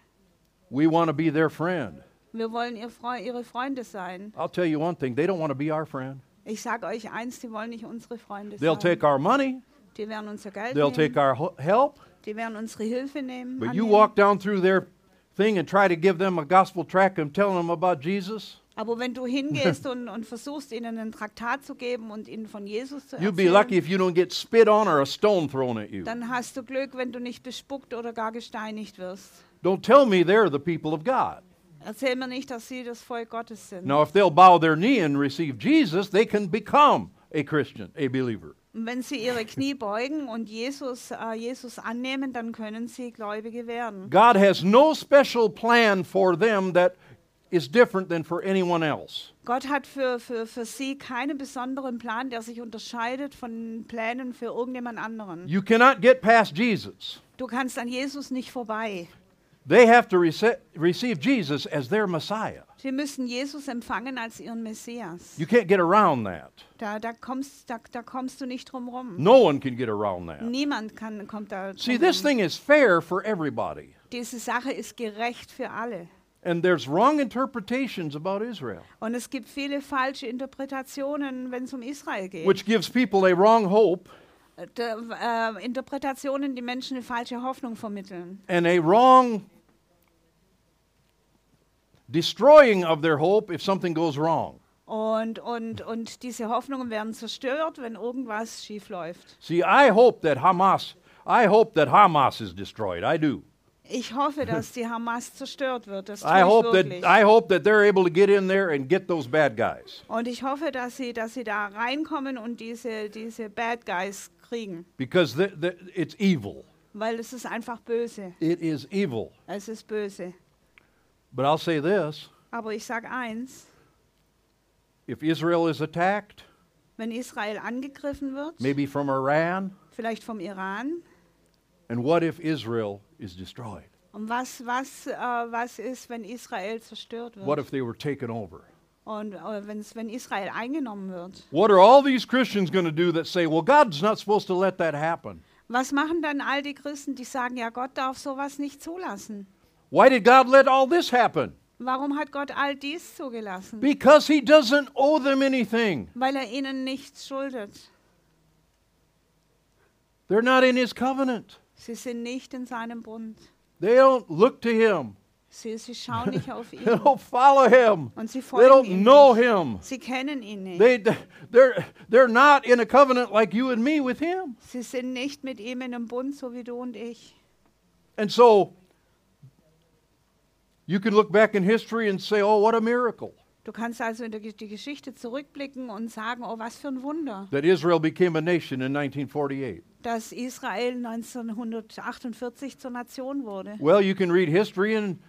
We want to be their friend.
Wir wollen ihr Freu ihre Freunde sein.
I'll tell you one thing, they don't want to be our friend.
Ich sage euch eins, die wollen nicht unsere Freunde
They'll
sein.
take our money,
Die werden unser Geld
they'll
nehmen,
take our ho- help,
die werden unsere Hilfe nehmen.
but you
annehmen.
walk down through their thing and try to give them a gospel tract and tell them about Jesus,
Aber wenn
(laughs)
du hingehst und, und versuchst, ihnen einen Traktat zu geben und ihnen von Jesus zu
you'll be lucky
erzählen,
if you don't get spit on or a stone thrown at you.
dann hast du Glück, wenn du nicht bespuckt oder gar gesteinigt wirst.
Don't tell me they're the people of God.
Erzähl mir nicht, dass sie das Volk Gottes sind.
Now, if they'll bow their knee and receive Jesus, they can become a Christian, a believer.
Und wenn sie ihre Knie beugen und Jesus, äh, Jesus annehmen, dann können sie Gläubige werden.
God has no special plan for them that is different than for anyone else.
Gott hat für, für, für sie keinen besonderen Plan, der sich unterscheidet von Plänen für irgendjemand anderen.
You cannot get past Jesus.
Du kannst an Jesus nicht vorbei.
They have to rece- receive Jesus as their Messiah.
Sie müssen Jesus empfangen als ihren Messias.
You can't get around that.
Da, da, kommst, da, da kommst du nicht drum rum.
No one can get around that.
Niemand kann, kommt da drum
See, this
rum.
thing is fair for everybody.
Diese Sache ist gerecht für alle.
And there's wrong interpretations about Israel,
Und es gibt viele falsche Interpretationen, wenn es um Israel geht.
which gives people a wrong hope
Da, äh, Interpretationen, die Menschen eine falsche Hoffnung vermitteln.
and a wrong destroying of their hope if something goes wrong.
Und, und, und diese Hoffnungen werden zerstört, wenn irgendwas schiefläuft.
See, I hope that Hamas, I hope that Hamas is destroyed. I do.
Ich hoffe, dass die Hamas zerstört wird. Das tue
Hm. I
ich
hope
wirklich.
that I hope that they're able to get in there and get those bad guys
und ich hoffe, dass sie, dass sie da reinkommen und diese, diese Bad Guys kriegen.
because th th it's evil.
Weil es ist einfach böse.
It is evil.
Es ist böse.
But I'll say this:
Aber ich sage eins,
if Israel is attacked,
wenn Israel angegriffen wird,
maybe from Iran,
vielleicht vom Iran,
and what if Israel is destroyed?
und was, was, äh, was ist, wenn Israel zerstört wird?
What if they were taken over?
Und äh, wenn's, wenn Israel eingenommen wird,
What are all these Christians going to do that say, "Well, God's not supposed to let that happen"?
was machen dann all die Christen, die sagen, ja, Gott darf sowas nicht zulassen?
Why did God let all this happen?
Warum hat Gott all dies zugelassen?
Because He doesn't owe them anything.
Weil er ihnen nichts schuldet.
They're not in His covenant.
Sie sind nicht in seinem Bund.
They don't look to him.
Sie, sie schauen nicht (laughs) auf ihn.
They don't follow him.
Und sie
They
folgen
don't
ihm
know
nicht.
him.
Sie kennen ihn nicht.
They they're they're not in a covenant like you and me with him.
Sie sind nicht mit ihm in einem Bund, so wie du und ich.
And so you can look back in history and say, "Oh, what a miracle
Du kannst also in der Ge- die Geschichte zurückblicken und sagen, oh, was für ein Wunder,
that Israel became a nation in 1948."
dass Israel 1948 zur Nation wurde.
Well, you can read history and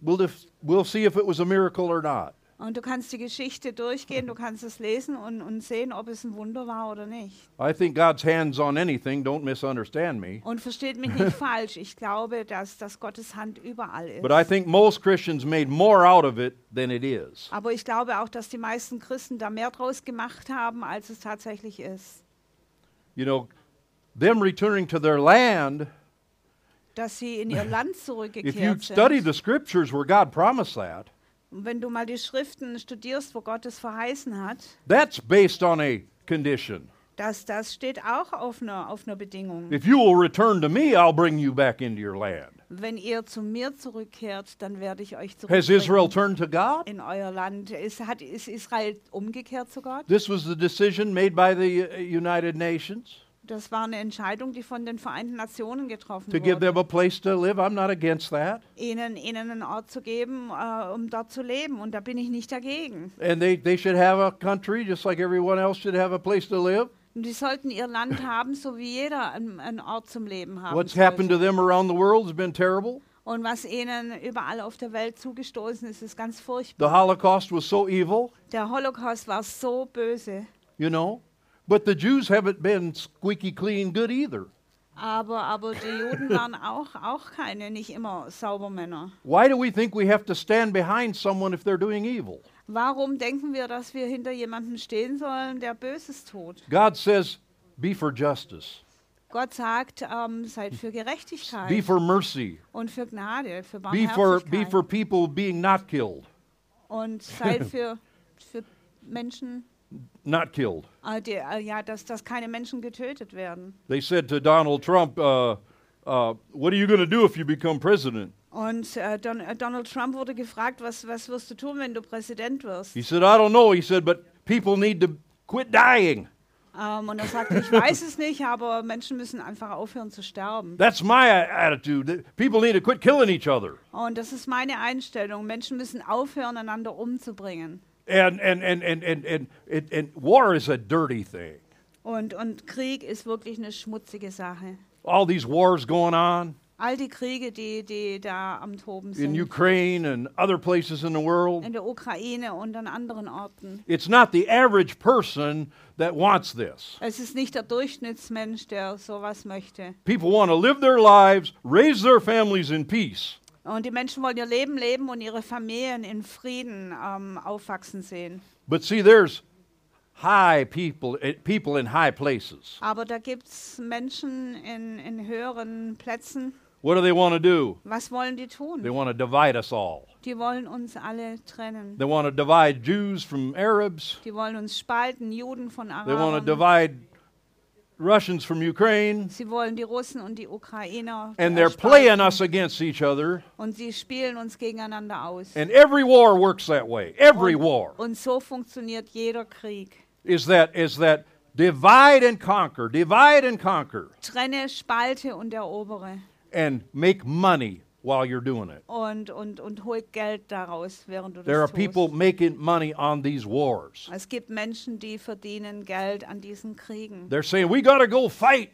we'll def- we'll see if it was a miracle or not.
Und du kannst die Geschichte durchgehen, du kannst es lesen und, und sehen, ob es ein Wunder war oder nicht.
I think God's hands on anything, don't misunderstand me.
Und versteht mich
(laughs)
nicht falsch, ich glaube, dass, dass Gottes Hand überall ist.
But I think most Christians made more out of it than it is.
Aber ich glaube auch, dass die meisten Christen da mehr draus gemacht haben, als es tatsächlich ist.
You know, them returning to their land,
Dass sie in ihr Land
(laughs) if you
zurückgekehrt
study
sind.
the scriptures where God promised that,
Und wenn du mal die Schriften studierst, wo Gott es verheißen hat,
that's based on a condition.
Das, das steht auch auf einer, auf einer Bedingung.
If you will return to me, I'll bring you back into your land.
Wenn ihr zu mir zurückkehrt, dann werde ich euch
Has Israel
zurückbringen
turned to God?
in euer Land. Ist, hat, ist Israel umgekehrt zu Gott?
This was the decision made by the uh, United Nations.
Das war eine Entscheidung, die von den Vereinten Nationen getroffen
to give
wurde.
them a place to live. I'm not against that.
Ihnen, ihnen einen Ort zu geben, äh, um dort zu leben. Und da bin ich nicht dagegen.
And they, they should have a country just like everyone else should have a place to live.
Und die sollten ihr
(coughs)
Land haben, so wie jeder einen, einen Ort zum Leben haben
What's
sollte.
happened to them around the world has been terrible.
Und was ihnen überall auf der Welt zugestoßen ist, ist ganz furchtbar.
The Holocaust was so evil,
Der Holocaust war so böse.
you know. But the Jews haven't been squeaky clean good either.
Aber, aber die
(coughs)
Juden waren auch, auch keine, nicht immer Saubermänner.
Why do we think we have to stand behind someone if they're doing evil?
Warum denken wir, dass wir hinter jemandem stehen sollen, der Böses tut?
God says, be for justice,
Gott sagt, ähm, seid für
be
Gerechtigkeit
for mercy,
und für Gnade, für
be for, be for
Barmherzigkeit
people being not killed, (laughs)
und seid für, für Menschen,
not killed.
äh, die, äh, ja, dass, dass keine Menschen getötet werden.
They said to Donald Trump, uh, uh, what are you going to do if you become president?
Und äh, Don, äh, Donald Trump wurde gefragt, was, was wirst du tun, wenn du Präsident wirst?
He said, I don't know. He said, but people need to quit dying.
Ähm, und er sagte, ich weiß es nicht, aber Menschen müssen einfach aufhören zu sterben.
That's my a- attitude. that People need to quit killing each other.
Und das ist meine Einstellung. Menschen müssen aufhören, einander umzubringen.
And, and, and, and, and, and, and, and war is a dirty thing.
Und, und Krieg ist wirklich eine schmutzige Sache.
All these wars going on
All die Kriege, die, die da am Toben
in
sind,
Ukraine and other places in the world,
in der Ukraine und an anderen Orten.
it's not the average person that wants this.
Es ist nicht der Durchschnittsmensch, der sowas möchte.
People want to live their lives, raise their families in peace.
Und die Menschen wollen ihr Leben leben und ihre Familien in Frieden ähm, aufwachsen sehen.
But see, there's high people, eh, people in high places.
Aber da gibt es Menschen in, in höheren Plätzen.
What do they want to do?
Was wollen die
They
tun?
want to divide us all.
Die wollen uns alle trennen.
They want to divide Jews from Arabs.
Die wollen uns spalten, Juden von
They want to
Arabern.
divide Russians from Ukraine.
Sie wollen die Russen und die Ukrainer.
And
äh,
they're
spalten.
playing us against each other.
Und sie spielen uns gegeneinander aus.
And every war works that way. Every war
Und so funktioniert jeder Krieg.
is that is that divide and conquer, divide and conquer,
Trenne, spalte und erobere.
and make money while you're doing it.
Und, und, und hol Geld daraus, während du
There are
das
people
tust.
making money on these wars.
Es gibt Menschen, die verdienen Geld an diesen Kriegen.
They're saying we got to go fight,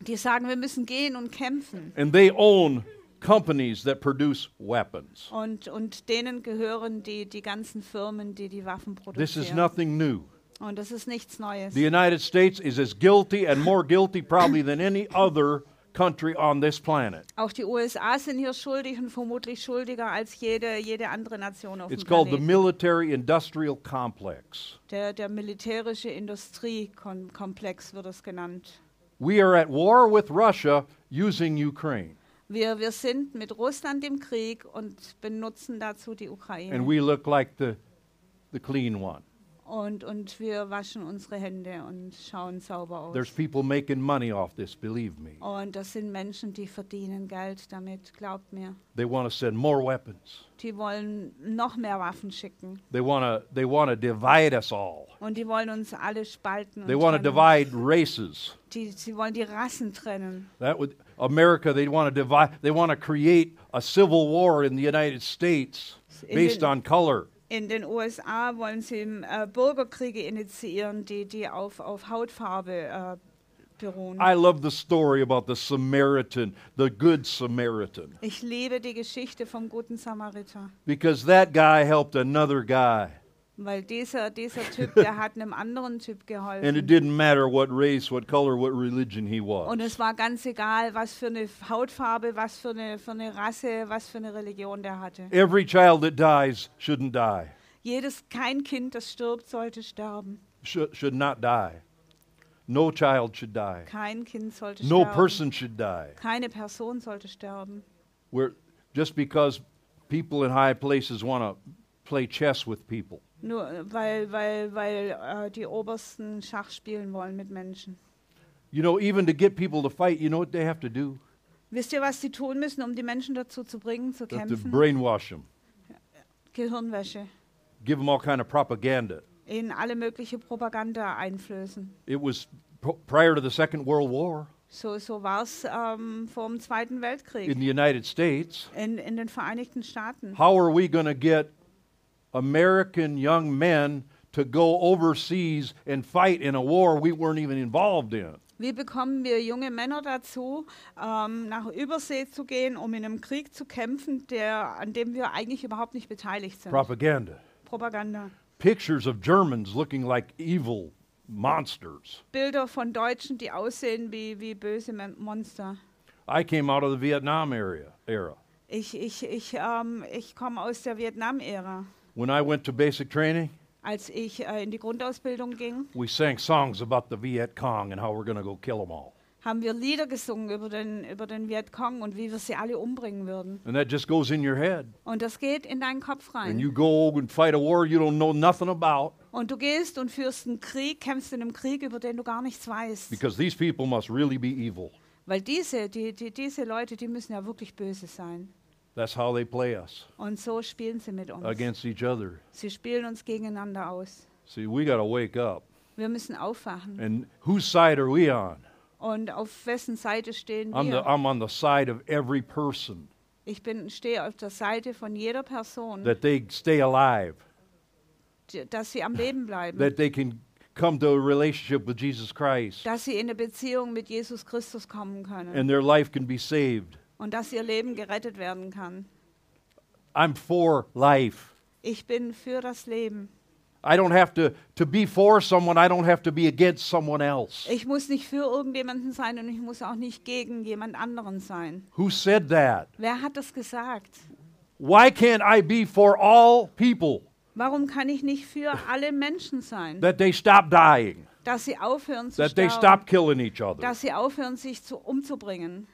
Die sagen, wir müssen gehen und kämpfen.
and they own companies that produce weapons.
Und, und denen gehören die, die ganzen Firmen, die die Waffen
This is
produzieren.
nothing new.
Und das ist nichts Neues.
The United States is as guilty and more guilty probably than any other country on this planet.
Auch die USA sind hier schuldig und vermutlich schuldiger als jede, jede andere Nation auf
It's
dem
called the
Planeten.
military industrial complex.
Der, der militärische Industriekomplex wird es genannt.
We are at war with Russia using Ukraine,
Wir, wir sind mit Russland im Krieg und benutzen dazu die
and
Ukraine.
we look like the, the clean one.
Und, und wir waschen unsere Hände und schauen sauber aus.
There's people making money off this, believe me.
Und das sind Menschen, die verdienen Geld damit, glaubt mir.
They want to send more weapons.
Die wollen noch mehr Waffen schicken.
They want to they want to divide us all.
Und die wollen uns alle spalten. Und
They want to
trennen.
divide races.
Die, sie wollen die Rassen trennen.
That would America. They want to divide. They want to create a civil war in the United States
In
based
den-
on color.
In den USA wollen sie äh, Bürgerkriege initiieren, die, die auf, auf Hautfarbe äh, beruhen.
I love the story about the Samaritan, the good Samaritan,
Ich liebe die Geschichte vom guten Samariter,
because that guy helped another guy.
weil
(laughs)
dieser, dieser Typ, der hat einem anderen Typ
And it
geholfen.
didn't matter what race, what color, what religion he
Und
was.
es war ganz egal, was für eine Hautfarbe, was für eine, für eine Rasse, was für eine Religion der hatte.
Every child that dies shouldn't die,
Jedes, kein Kind, das stirbt, sollte sterben.
should, should not die. No child should die.
Kein Kind sollte
No
sterben.
person should die.
Keine Person sollte sterben.
We're, just because people in high places want to play chess with people.
Nur äh, weil, weil, weil äh, die Obersten Schach spielen wollen mit Menschen.
You know, even to get people to fight, you know what they have to do?
Wisst ihr, was sie tun müssen, um die Menschen dazu zu bringen, zu
They have to
kämpfen?
brainwash them,
Gehirnwäsche.
give them all kind of propaganda.
Ihnen alle mögliche Propaganda einflößen.
It was p- prior to the Second World War
So, so war es ähm, vor dem Zweiten Weltkrieg
in the United States.
in, in den Vereinigten Staaten.
How are we going to get American young men to go overseas and fight in a war we weren't even involved in?
Wie bekommen wir junge Männer dazu, ähm, nach Übersee zu gehen, um in einem Krieg zu kämpfen, der, an dem wir eigentlich überhaupt nicht beteiligt sind?
Propaganda.
Propaganda.
Pictures of Germans looking like evil monsters.
Bilder von Deutschen, die aussehen wie, wie böse Men- Monster.
I came out of the Vietnam area, era.
Ich, ich, ich, ähm, ich komme aus der Vietnam-Ära.
When I went to basic training,
Als ich äh, in die Grundausbildung ging,
we sang songs about the Viet Cong and how we're going to go kill them all.
haben wir Lieder gesungen über den, über den Vietcong und wie wir sie alle umbringen würden.
And that just goes in your head.
Und das geht in deinen Kopf
And
rein.
you go and fight a war you don't know nothing about
Und du gehst und führst einen Krieg, kämpfst in einem Krieg, über den du gar nichts weißt.
because these people must really be evil.
Weil diese, die, die, diese Leute, die müssen ja wirklich böse sein.
That's how they play us
Und so spielen sie mit uns.
against each other.
Sie spielen uns gegeneinander aus.
See, we got to wake up.
Wir müssen aufwachen.
And whose side are we on?
Und auf wessen Seite stehen
I'm, the,
wir?
I'm on the side of every person
Ich bin, stehe auf der Seite von jeder Person,
that they stay alive,
die- dass sie am Leben bleiben,
that they can come to a relationship with Jesus Christ,
dass sie in eine Beziehung mit Jesus Christus kommen können
and their life can be saved.
und dass ihr Leben gerettet werden kann.
I'm for life.
Ich bin für das Leben.
I don't have to, to be for someone, I don't have to be against someone else.
Ich muss nicht für irgendjemanden sein und ich muss auch nicht gegen jemand anderen sein.
Who said that?
Wer hat das gesagt?
Why can't I be for all people
Warum kann ich nicht für alle Menschen sein?
that they stop dying,
Dass sie aufhören zu
that they
sterben,
stop killing each other?
dass sie aufhören, sich zu, umzubringen.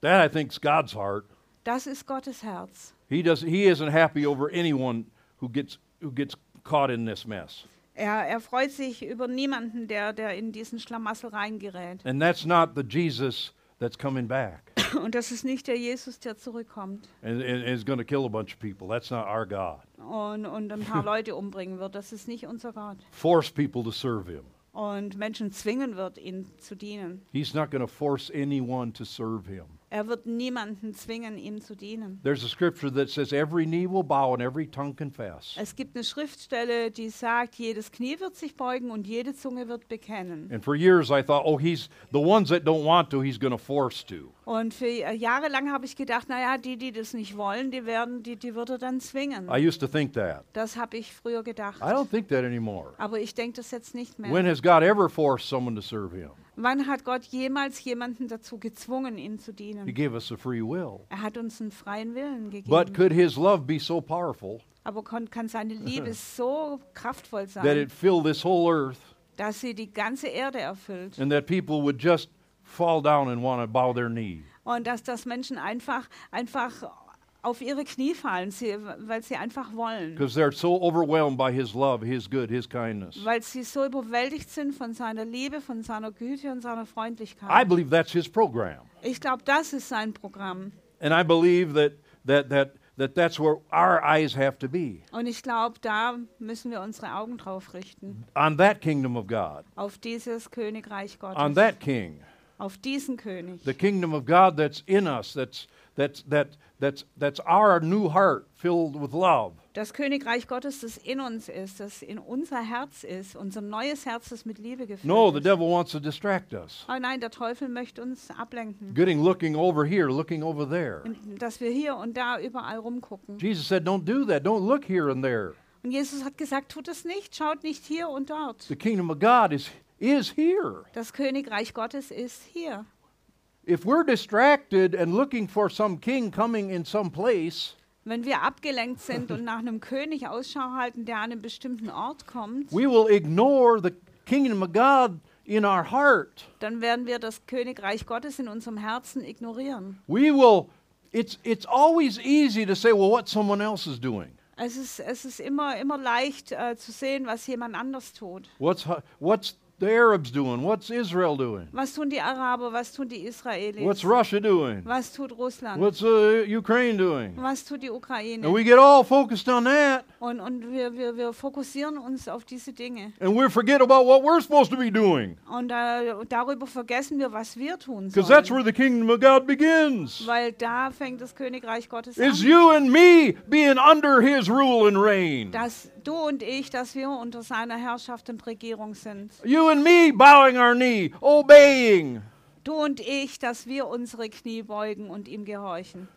That I think's God's heart.
Das ist Gottes Herz.
He doesn't he isn't happy over anyone who gets who gets caught in this mess.
Er, er freut sich über niemanden, der, der in diesen Schlamassel reingerät.
And that's not the Jesus that's coming back
Und das ist nicht der Jesus, der zurückkommt
and, and is going to kill a bunch of people. That's not our God.
und, und
(laughs)
ein paar Leute umbringen wird. Das ist nicht unser Gott.
Force people to serve him.
Und Menschen zwingen wird, ihm zu dienen.
He's not going to force anyone to serve him.
Er wird niemanden zwingen, ihm zu dienen.
There's a scripture that says every knee will bow and every tongue confess.
Es gibt eine Schriftstelle, die sagt, jedes Knie wird sich beugen und jede Zunge wird bekennen.
And for years I thought, oh, he's the ones that don't want to, he's going to force to.
Und für äh, jahrelang habe ich gedacht, naja, die, die das nicht wollen, die werden, die, die würde dann zwingen.
I used to think that.
Das habe ich früher gedacht.
I don't think that anymore.
Aber ich denke das jetzt nicht mehr.
When has God ever forced someone to serve him?
Wann hat Gott jemals jemanden dazu gezwungen, ihm zu
He
dienen?
gave us a free will.
Er hat uns einen freien Willen
But
gegeben.
could his love be so powerful
Aber kon- kann seine Liebe so kraftvoll
that it
sein,
fill this whole earth
dass sie die ganze Erde erfüllt.
and that people would just fall down and want to bow their knee?
Und dass das Menschen einfach, einfach auf ihre Knie fallen, sie, weil sie einfach wollen.
Because they're so overwhelmed by his love, his good, his kindness.
Weil sie so überwältigt sind von seiner Liebe, von seiner Güte und seiner
I
Freundlichkeit.
believe that's his program.
Ich glaube, das ist sein Programm.
And I believe that, that, that, that that's where our eyes have to be
Und ich glaube, da müssen wir unsere Augen drauf richten.
on that kingdom of God,
Auf dieses Königreich
on
Gottes.
that king,
Auf diesen König.
the kingdom of God that's in us, that's, that's, that, that's, that's our new heart filled with love.
Das Königreich Gottes, das in uns ist, das in unser Herz ist, unser neues Herz, das mit Liebe gefüllt
No, the
ist.
devil wants to distract us.
Oh nein, der Teufel möchte uns ablenken,
Getting looking over here, looking over there.
dass wir hier und da überall rumgucken.
Jesus said, Don't do that. Don't look here and there.
Und Jesus hat gesagt, tut es nicht, schaut nicht hier und dort.
The kingdom of God is, is here.
Das Königreich Gottes ist hier.
If we're distracted and looking for some king coming in some place,
Wenn wir abgelenkt sind und nach einem König Ausschau halten, der an einem bestimmten Ort kommt,
we will ignore the kingdom of God in our heart.
dann werden wir das Königreich Gottes in unserem Herzen ignorieren.
We will, it's, it's always easy to say, well, what someone else is doing.
Es ist, es ist immer, immer leicht äh, zu sehen, was jemand anders tut.
What's, hu- what's the Arabs doing? What's Israel doing?
Was tun die Araber? Was tun die Israelis?
What's Russia doing?
was tut Russland?
What's uh, Ukraine doing?
was tut die Ukraine?
And we get all focused on that.
Und, und wir, wir, wir fokussieren uns auf diese Dinge.
and we forget about what we're supposed to be doing
Und äh, darüber vergessen wir, was wir tun
because that's where
sollen.
the kingdom of God begins.
Weil da fängt das Königreich Gottes
It's
an.
you and me being under his rule and reign.
Dass du und ich, dass wir unter seiner Herrschaft und Regierung sind.
You and me bowing our knee, obeying.
Du und ich, dass wir unsere Knie beugen und ihm gehorchen.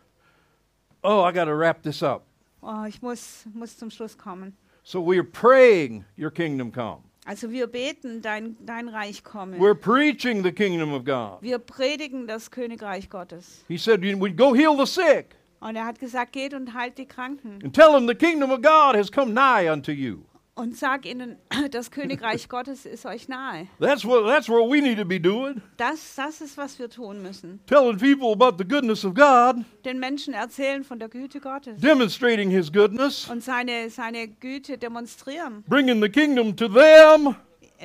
Oh, I got to wrap this up.
Oh, ich muss, muss zum Schluss kommen.
So we're praying your kingdom come.
Also wir beten, dein, dein Reich komme.
We're preaching the kingdom of God.
Wir predigen das Königreich Gottes.
He said we go heal the sick
Und er hat gesagt, geht und heilt die Kranken.
and tell them the kingdom of God has come nigh unto you.
Und sag ihnen, (clears throat) das Königreich Gottes ist euch nahe.
That's what that's what we need to be doing.
Das, das ist, was wir tun müssen.
Telling people about the goodness of God,
Den Menschen erzählen von der Güte Gottes
demonstrating his goodness,
und seine, seine Güte demonstrieren.
bringing the kingdom to them,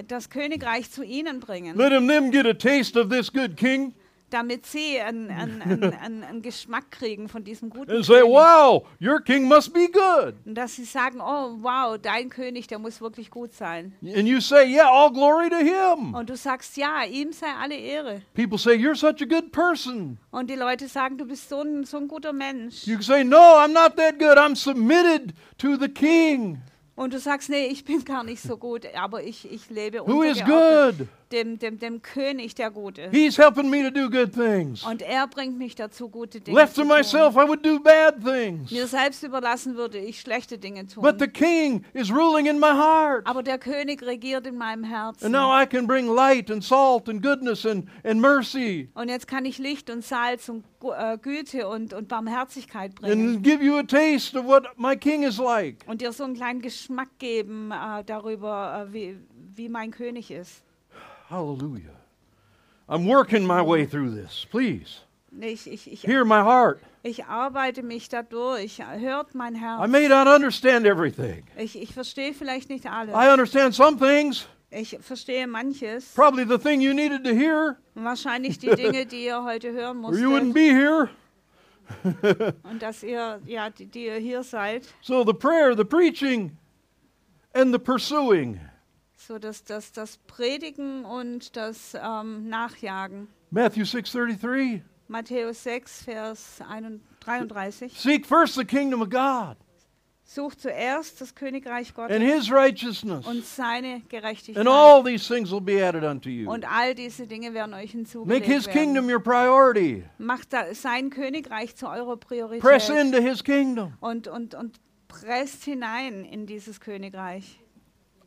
Das Königreich zu ihnen bringen,
letting them get a taste of this good king
damit sie einen, einen, einen, einen, einen Geschmack kriegen von diesem guten
and say,
König.
"Wow, your king must be good."
Und dass sie sagen, oh wow, dein König, der muss wirklich gut sein.
And you say, "Yeah, all glory to him."
Und du sagst, ja, ihm sei alle Ehre.
People say, "You're such a good person."
Und die Leute sagen, du bist so ein, so ein guter Mensch.
You can say, No, I'm not that good. I'm submitted to the King
Und du sagst, nee, ich bin gar nicht so gut, aber ich, ich lebe
who is
untergeordnet
good.
dem, dem, dem König, der gut ist.
He's helping me to do good things.
Und er bringt mich dazu, gute Dinge
Left
zu
to
tun.
myself, I would do bad things.
Mir selbst überlassen würde ich schlechte Dinge tun.
But the King is ruling in my heart.
aber der König regiert in meinem
And
Herzen.
now I can bring light and salt and goodness and, and mercy
Und jetzt kann ich Licht und Salz und Gu- äh, Güte und, und Barmherzigkeit bringen.
and give you a taste of what my King is like.
und dir so einen kleinen Geschmack geben äh, darüber, äh, wie, wie mein König ist.
Hallelujah. I'm working my way through this. Please
Ich, ich, ich,
hear my heart.
ich arbeite mich dadurch. Hört mein
I
Herz.
may not understand everything.
Ich, ich verstehe vielleicht nicht alles.
I understand some things,
Ich verstehe manches.
probably the thing you needed to hear. (laughs)
Wahrscheinlich die Dinge, die ihr heute hören
or you wouldn't
musstet.
be here.
Und dass ihr, ja, die, die ihr hier seid.
So the prayer, the preaching, and the pursuing.
So dass das, das Predigen und das ähm, Nachjagen.
Matthew 6:33.
Matthäus 6, Vers 31, 33.
Seek first the kingdom of God
Sucht zuerst das Königreich
and
Gottes
his righteousness,
und seine
and
Gerechtigkeit.
all these things will be added unto you.
Und all diese Dinge werden euch
Make
hinzugelegt
his
werden.
kingdom your priority.
Macht da sein Königreich zu eurer
Press
Priorität
into his kingdom.
und, und, und presst hinein in dieses Königreich.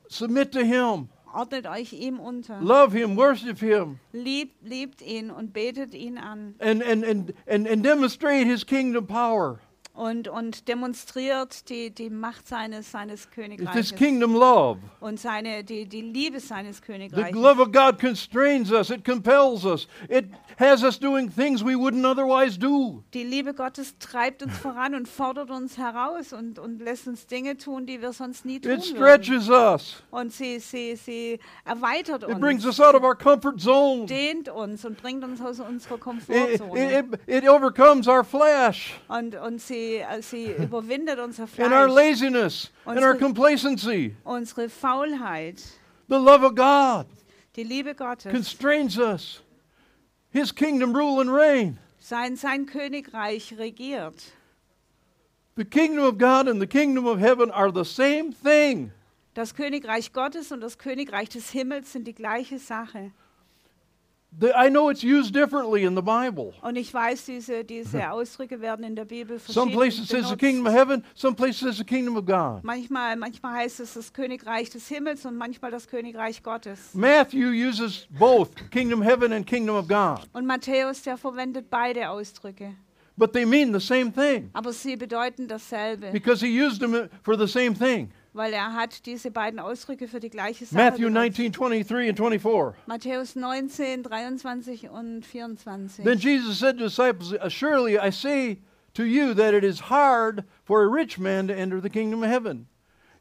Submit to him.
Ordnet euch ihm unter.
Love him, worship him,
Liebt, liebt ihn und betet ihn an
and and and and, and demonstrate his kingdom power.
und, und demonstriert die, die Macht seines,
It's
seines
his
Königreiches
kingdom love.
und seine, die, die Liebe seines
The
Königreiches.
love of God constrains us, it compels us, it has us doing things we wouldn't otherwise do.
Die Liebe Gottes treibt uns voran und fordert uns heraus und, und lässt uns Dinge tun, die wir sonst nie tun
It
würden.
stretches us.
Und sie, sie, sie erweitert
It brings
uns,
us out of our comfort zone. It,
dehnt uns und bringt uns aus unserer
it,
Komfortzone.
it, it overcomes our flesh
Und, und sie,
(laughs)
äh, sie überwindet unser
and our
Fleisch,
laziness and
Unsere-
our complacency.
unsere Faulheit.
The love of God
Die Liebe Gottes,
constrains us. His kingdom rule and reign.
sein, sein Königreich regiert.
The kingdom of God and the kingdom of heaven are the same thing.
Das Königreich Gottes und das Königreich des Himmels sind die gleiche Sache.
The- I know it's used differently in the Bible.
Und ich weiß, diese, diese Ausdrücke werden in der Bibel
Mhm. Some
verschieden
places it says the
benutzt.
kingdom of heaven, some places it says the kingdom of God.
Manchmal, manchmal heißt es das Königreich des Himmels und manchmal das Königreich Gottes.
Matthew uses both kingdom of heaven and kingdom of God,
Und Matthäus, der verwendet beide Ausdrücke.
but they mean the same thing
Aber sie bedeuten dasselbe,
because he used them for the same thing.
weil er hat diese beiden Ausdrücke für die gleiche Sache
Matthew
benutzt.
19, 23 and 24.
Matthäus 19, 23 und
Then
24.
Jesus said to the disciples, Surely I say to you that it is hard for a rich man to enter the kingdom of heaven.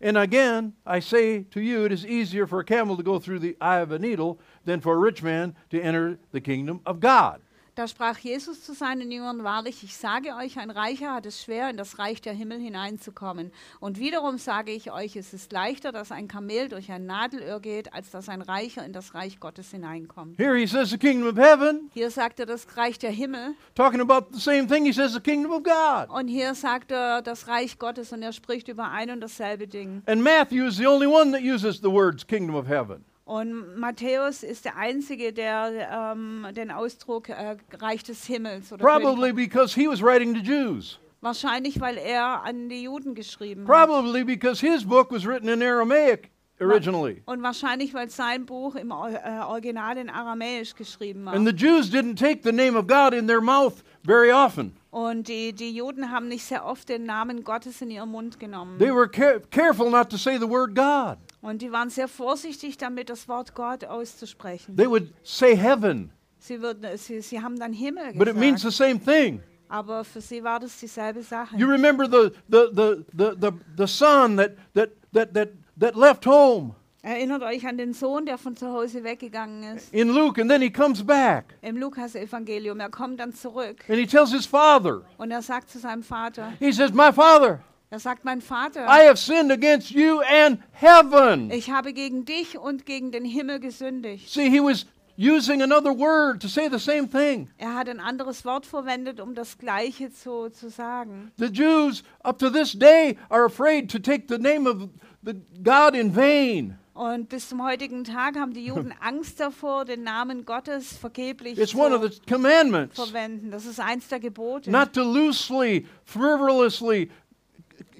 And again, I say to you, it is easier for a camel to go through the eye of a needle than for a rich man to enter the kingdom of God.
Da sprach Jesus zu seinen Jüngern, wahrlich, ich sage euch, ein Reicher hat es schwer, in das Reich der Himmel hineinzukommen. Und wiederum sage ich euch, es ist leichter, dass ein Kamel durch ein Nadelöhr geht, als dass ein Reicher in das Reich Gottes hineinkommt.
Here he says the kingdom of heaven,
Hier sagt er das Reich der Himmel
talking about the same thing. He says the kingdom of God.
und hier sagt er das Reich Gottes und er spricht über ein und dasselbe Ding.
And Matthew is the only one that uses the words kingdom of heaven.
Und Matthäus ist der Einzige, der ähm, den Ausdruck äh, Reich des Himmels oder
Probably
König-
because he was writing to Jews.
wahrscheinlich, weil er an die Juden geschrieben hat.
Probably because his book was written in Aramaic originally.
Und wahrscheinlich, weil sein Buch im O- äh, Original in Aramäisch geschrieben war.
And the Jews didn't take the name of God in their mouth very often.
Und die, die Juden haben nicht sehr oft den Namen Gottes in ihren Mund genommen.
They were care- careful not to say the word God.
Und die waren sehr vorsichtig damit, das Wort Gott auszusprechen.
They would say heaven,
Sie, würden, äh, sie, sie haben dann Himmel
but it means the
gesagt,
same thing.
aber für sie war das dieselbe Sache.
You remember the, the, the, the, the, the son that, that, that, that, that left home
Erinnert euch an den Sohn, der von zu Hause weggegangen ist.
in Luke, and then he comes back
Im Lukas-Evangelium. Er kommt dann zurück
and he tells his father,
und er sagt zu seinem Vater,
He says, My father,
er sagt, mein
I
Vater,
have sinned against you and heaven.
ich habe gegen dich und gegen den Himmel gesündigt.
See, he was using another word to say the same thing.
Er hat ein anderes Wort verwendet, um das Gleiche zu, zu sagen.
The Jews up to this day are afraid to take the name of the God in vain.
Und bis zum heutigen Tag haben die
(laughs)
Juden Angst davor, den Namen Gottes vergeblich
It's
zu
one of the commandments.
verwenden. Das ist eins der Gebote.
Not to loosely, frivolously,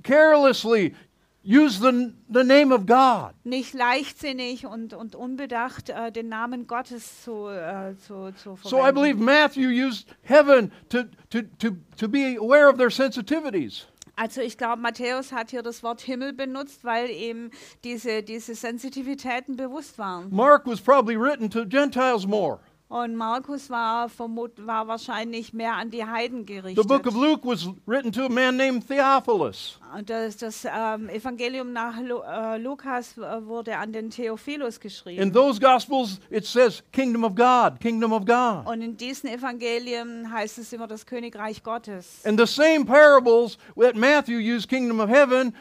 carelessly use the, the name of God.
Nicht leichtsinnig und, und unbedacht, äh, den Namen Gottes zu, äh, zu, zu verwenden.
So I believe Matthew used heaven to, to, to, to be aware of their sensitivities.
also ich glaube, Matthäus hat hier das Wort Himmel benutzt, weil ihm diese, diese Sensitivitäten bewusst waren.
Mark was probably written to Gentiles more.
Und Markus war, vermut, war wahrscheinlich mehr an die Heiden
The
gerichtet.
book of Luke was written to a man named Theophilus.
Und das, das ähm, Evangelium nach Lu äh, Lukas äh, wurde an den Theophilus
In
geschrieben.
those gospels, it says, Kingdom of God, Kingdom of God.
Und in diesen Evangelien heißt es immer das Königreich Gottes.
And the same parables that Matthew used kingdom of heaven,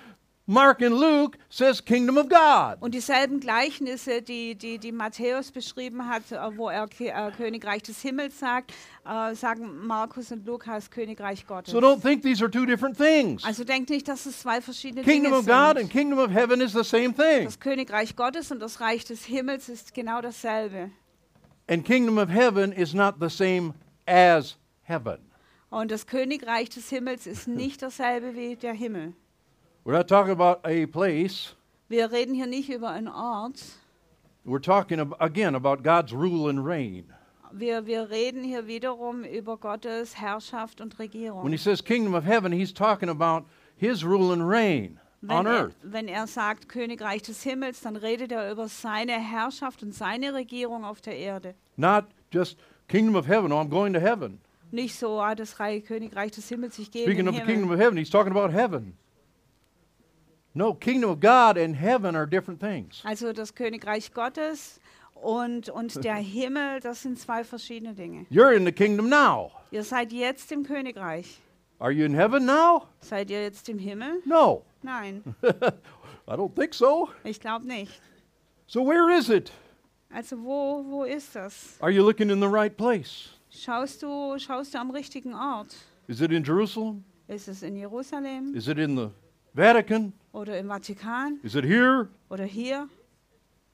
Mark and Luke says kingdom of God.
Und dieselben Gleichnisse, die, die, die Matthäus beschrieben hat, äh, wo er Ki- äh, Königreich des Himmels sagt, äh, sagen Markus und Lukas Königreich Gottes.
So don't think these are two different things.
Also denkt nicht, dass es zwei verschiedene
Kingdom
Dinge
of God and
sind.
kingdom of heaven is the same thing.
Das Königreich Gottes und das Reich des Himmels ist genau dasselbe.
And kingdom of heaven is not the same as heaven.
Und das Königreich des
(laughs)
Himmels ist nicht dasselbe wie der Himmel.
We're not talking about a place.
Wir reden hier nicht über einen Ort.
We're talking ab- again about God's rule and reign.
Wir, wir reden hier wiederum über Gottes Herrschaft und
When
Regierung.
he says kingdom of heaven, he's talking about his rule and reign
Wenn
on
er,
earth.
wenn er sagt Königreich des Himmels, dann redet er über seine Herrschaft und seine Regierung auf der Erde.
Not just kingdom of heaven, oh, I'm going to heaven.
Nicht so, ah, das Reich, Königreich des Himmels, ich gehe in
Speaking
den
of the kingdom
Himmel.
of heaven, he's talking about heaven. No, kingdom of God and heaven are different things.
Also das Königreich Gottes und,
(laughs)
und der Himmel, das sind zwei verschiedene Dinge.
You're in the kingdom now.
Ihr seid jetzt im Königreich.
Are you in heaven now?
Seid ihr jetzt im Himmel?
No, (laughs)
Nein,
I don't think so.
ich glaube nicht.
So, where is it?
Also wo, wo ist das?
Are you looking in the right place?
Schaust du, schaust du am richtigen Ort?
Is it in Jerusalem?
Ist es in Jerusalem
Is it in the Vatican?
oder im Vatikan
Is it here?
oder hier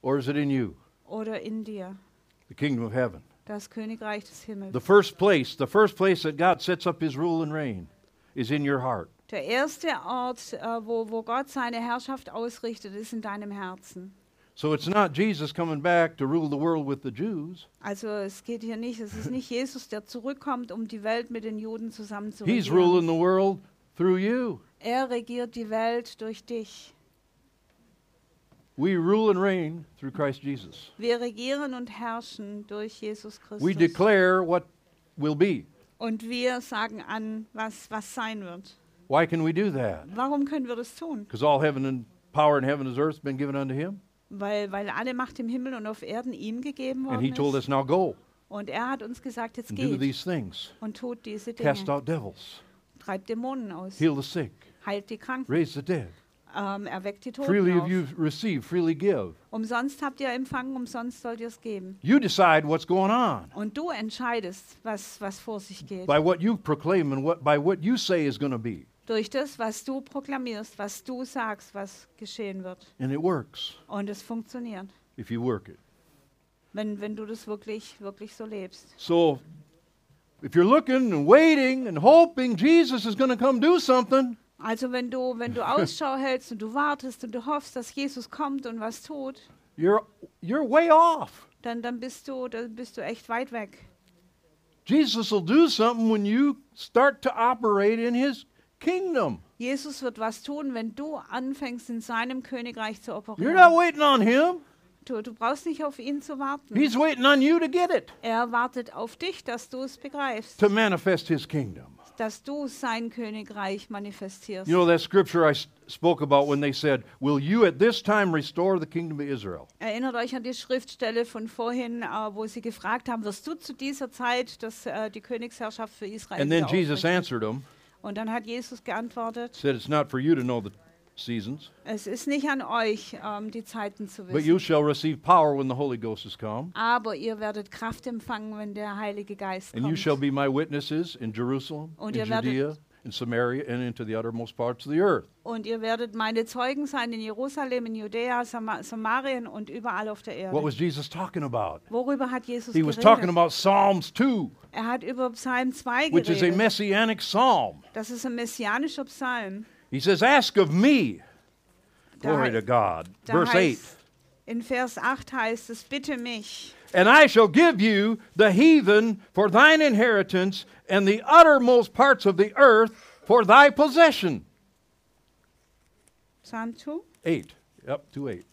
Or is it in you?
oder in dir?
The kingdom of heaven.
Das Königreich des Himmels.
The first place, the first place that God sets up his rule and reign is in your heart.
Der erste Ort, äh, wo, wo Gott seine Herrschaft ausrichtet, ist in deinem Herzen.
So, it's not Jesus coming back to rule the world with the Jews.
Also es geht hier nicht, es
(laughs)
ist nicht Jesus, der zurückkommt, um die Welt mit den Juden zusammen zu
He's
regieren.
ruling the world through you.
Er regiert die Welt durch dich.
We rule and reign through Christ Jesus.
Wir regieren und herrschen durch Jesus
We
Christus.
declare what will be.
Und wir sagen an, was, was sein wird.
Why can we do that?
Warum können wir das tun?
Because all heaven and power in heaven and earth has been given unto him.
Weil, weil alle Macht im Himmel und auf Erden ihm gegeben
And he
worden
told
ist.
us, now go.
Und er hat uns gesagt, jetzt
and do
geht
these things.
und tut diese
Cast
Dinge.
out devils,
Treibt Dämonen aus,
heal the sick,
heilt die Kranken,
raise the dead.
ähm, erweckt die
Freely
Toten
have
auf.
you received, freely give.
Umsonst habt ihr empfangen, umsonst sollt ihr es geben.
You decide what's going on
Und du entscheidest, was, was vor sich geht.
by what you proclaim and what by what you say is going to be,
Durch das, was du proklamierst, was du sagst, was geschehen wird.
and it works
Und es funktioniert,
if you work it.
wenn, wenn du das wirklich, wirklich so lebst.
So if you're looking and waiting and hoping Jesus is going to come do something,
Also wenn du, wenn
(laughs)
du Ausschau hältst und du wartest und du hoffst, dass Jesus kommt und was tut,
you're you're way off.
dann, dann, bist, du, dann bist du echt weit weg.
Jesus will do something when you start to operate in his kingdom.
Jesus wird was tun, wenn du anfängst, in seinem Königreich zu
You're not
operieren.
waiting on him.
Du, du brauchst nicht auf ihn zu warten.
He's waiting on you to get it,
Er wartet auf dich, dass du es begreifst,
to manifest his kingdom.
dass du sein Königreich manifestierst.
You know that scripture I s- spoke about when they said, Will you at this time restore the kingdom of Israel?
Erinnert euch an die Schriftstelle von vorhin, äh, wo sie gefragt haben, wirst du zu dieser Zeit das, äh, die Königsherrschaft für Israel
And then
wieder
Jesus
aufrichten?
answered them,
Und dann hat Jesus geantwortet,
said, It's not for you to know the seasons,
es ist nicht an euch, ähm, die Zeiten zu
but
wissen,
you shall receive power when the Holy Ghost has come,
aber ihr werdet Kraft empfangen, wenn der Heilige Geist
and you
kommt.
shall be my witnesses in Jerusalem,
Und
in
ihr werdet-
Judea, in Samaria, and into the uttermost parts of the earth.
Und ihr werdet meine Zeugen sein in Jerusalem, in Judäa, Sama Samarien und überall auf der Erde.
What was Jesus talking about?
Worüber hat Jesus
He was talking
geredet?
about Psalms 2,
Er hat über Psalm 2
which is a
geredet.
messianic psalm.
Das ist ein messianischer Psalm.
He says, Ask of me.
Da
Glory to
heißt-
God.
Da
Verse 8.
heißt, in Vers 8 heißt es, bitte mich.
And I shall give you the heathen for thine inheritance, and the uttermost parts of the earth for thy possession.
Psalm 2?
Eight. Yep, to eight.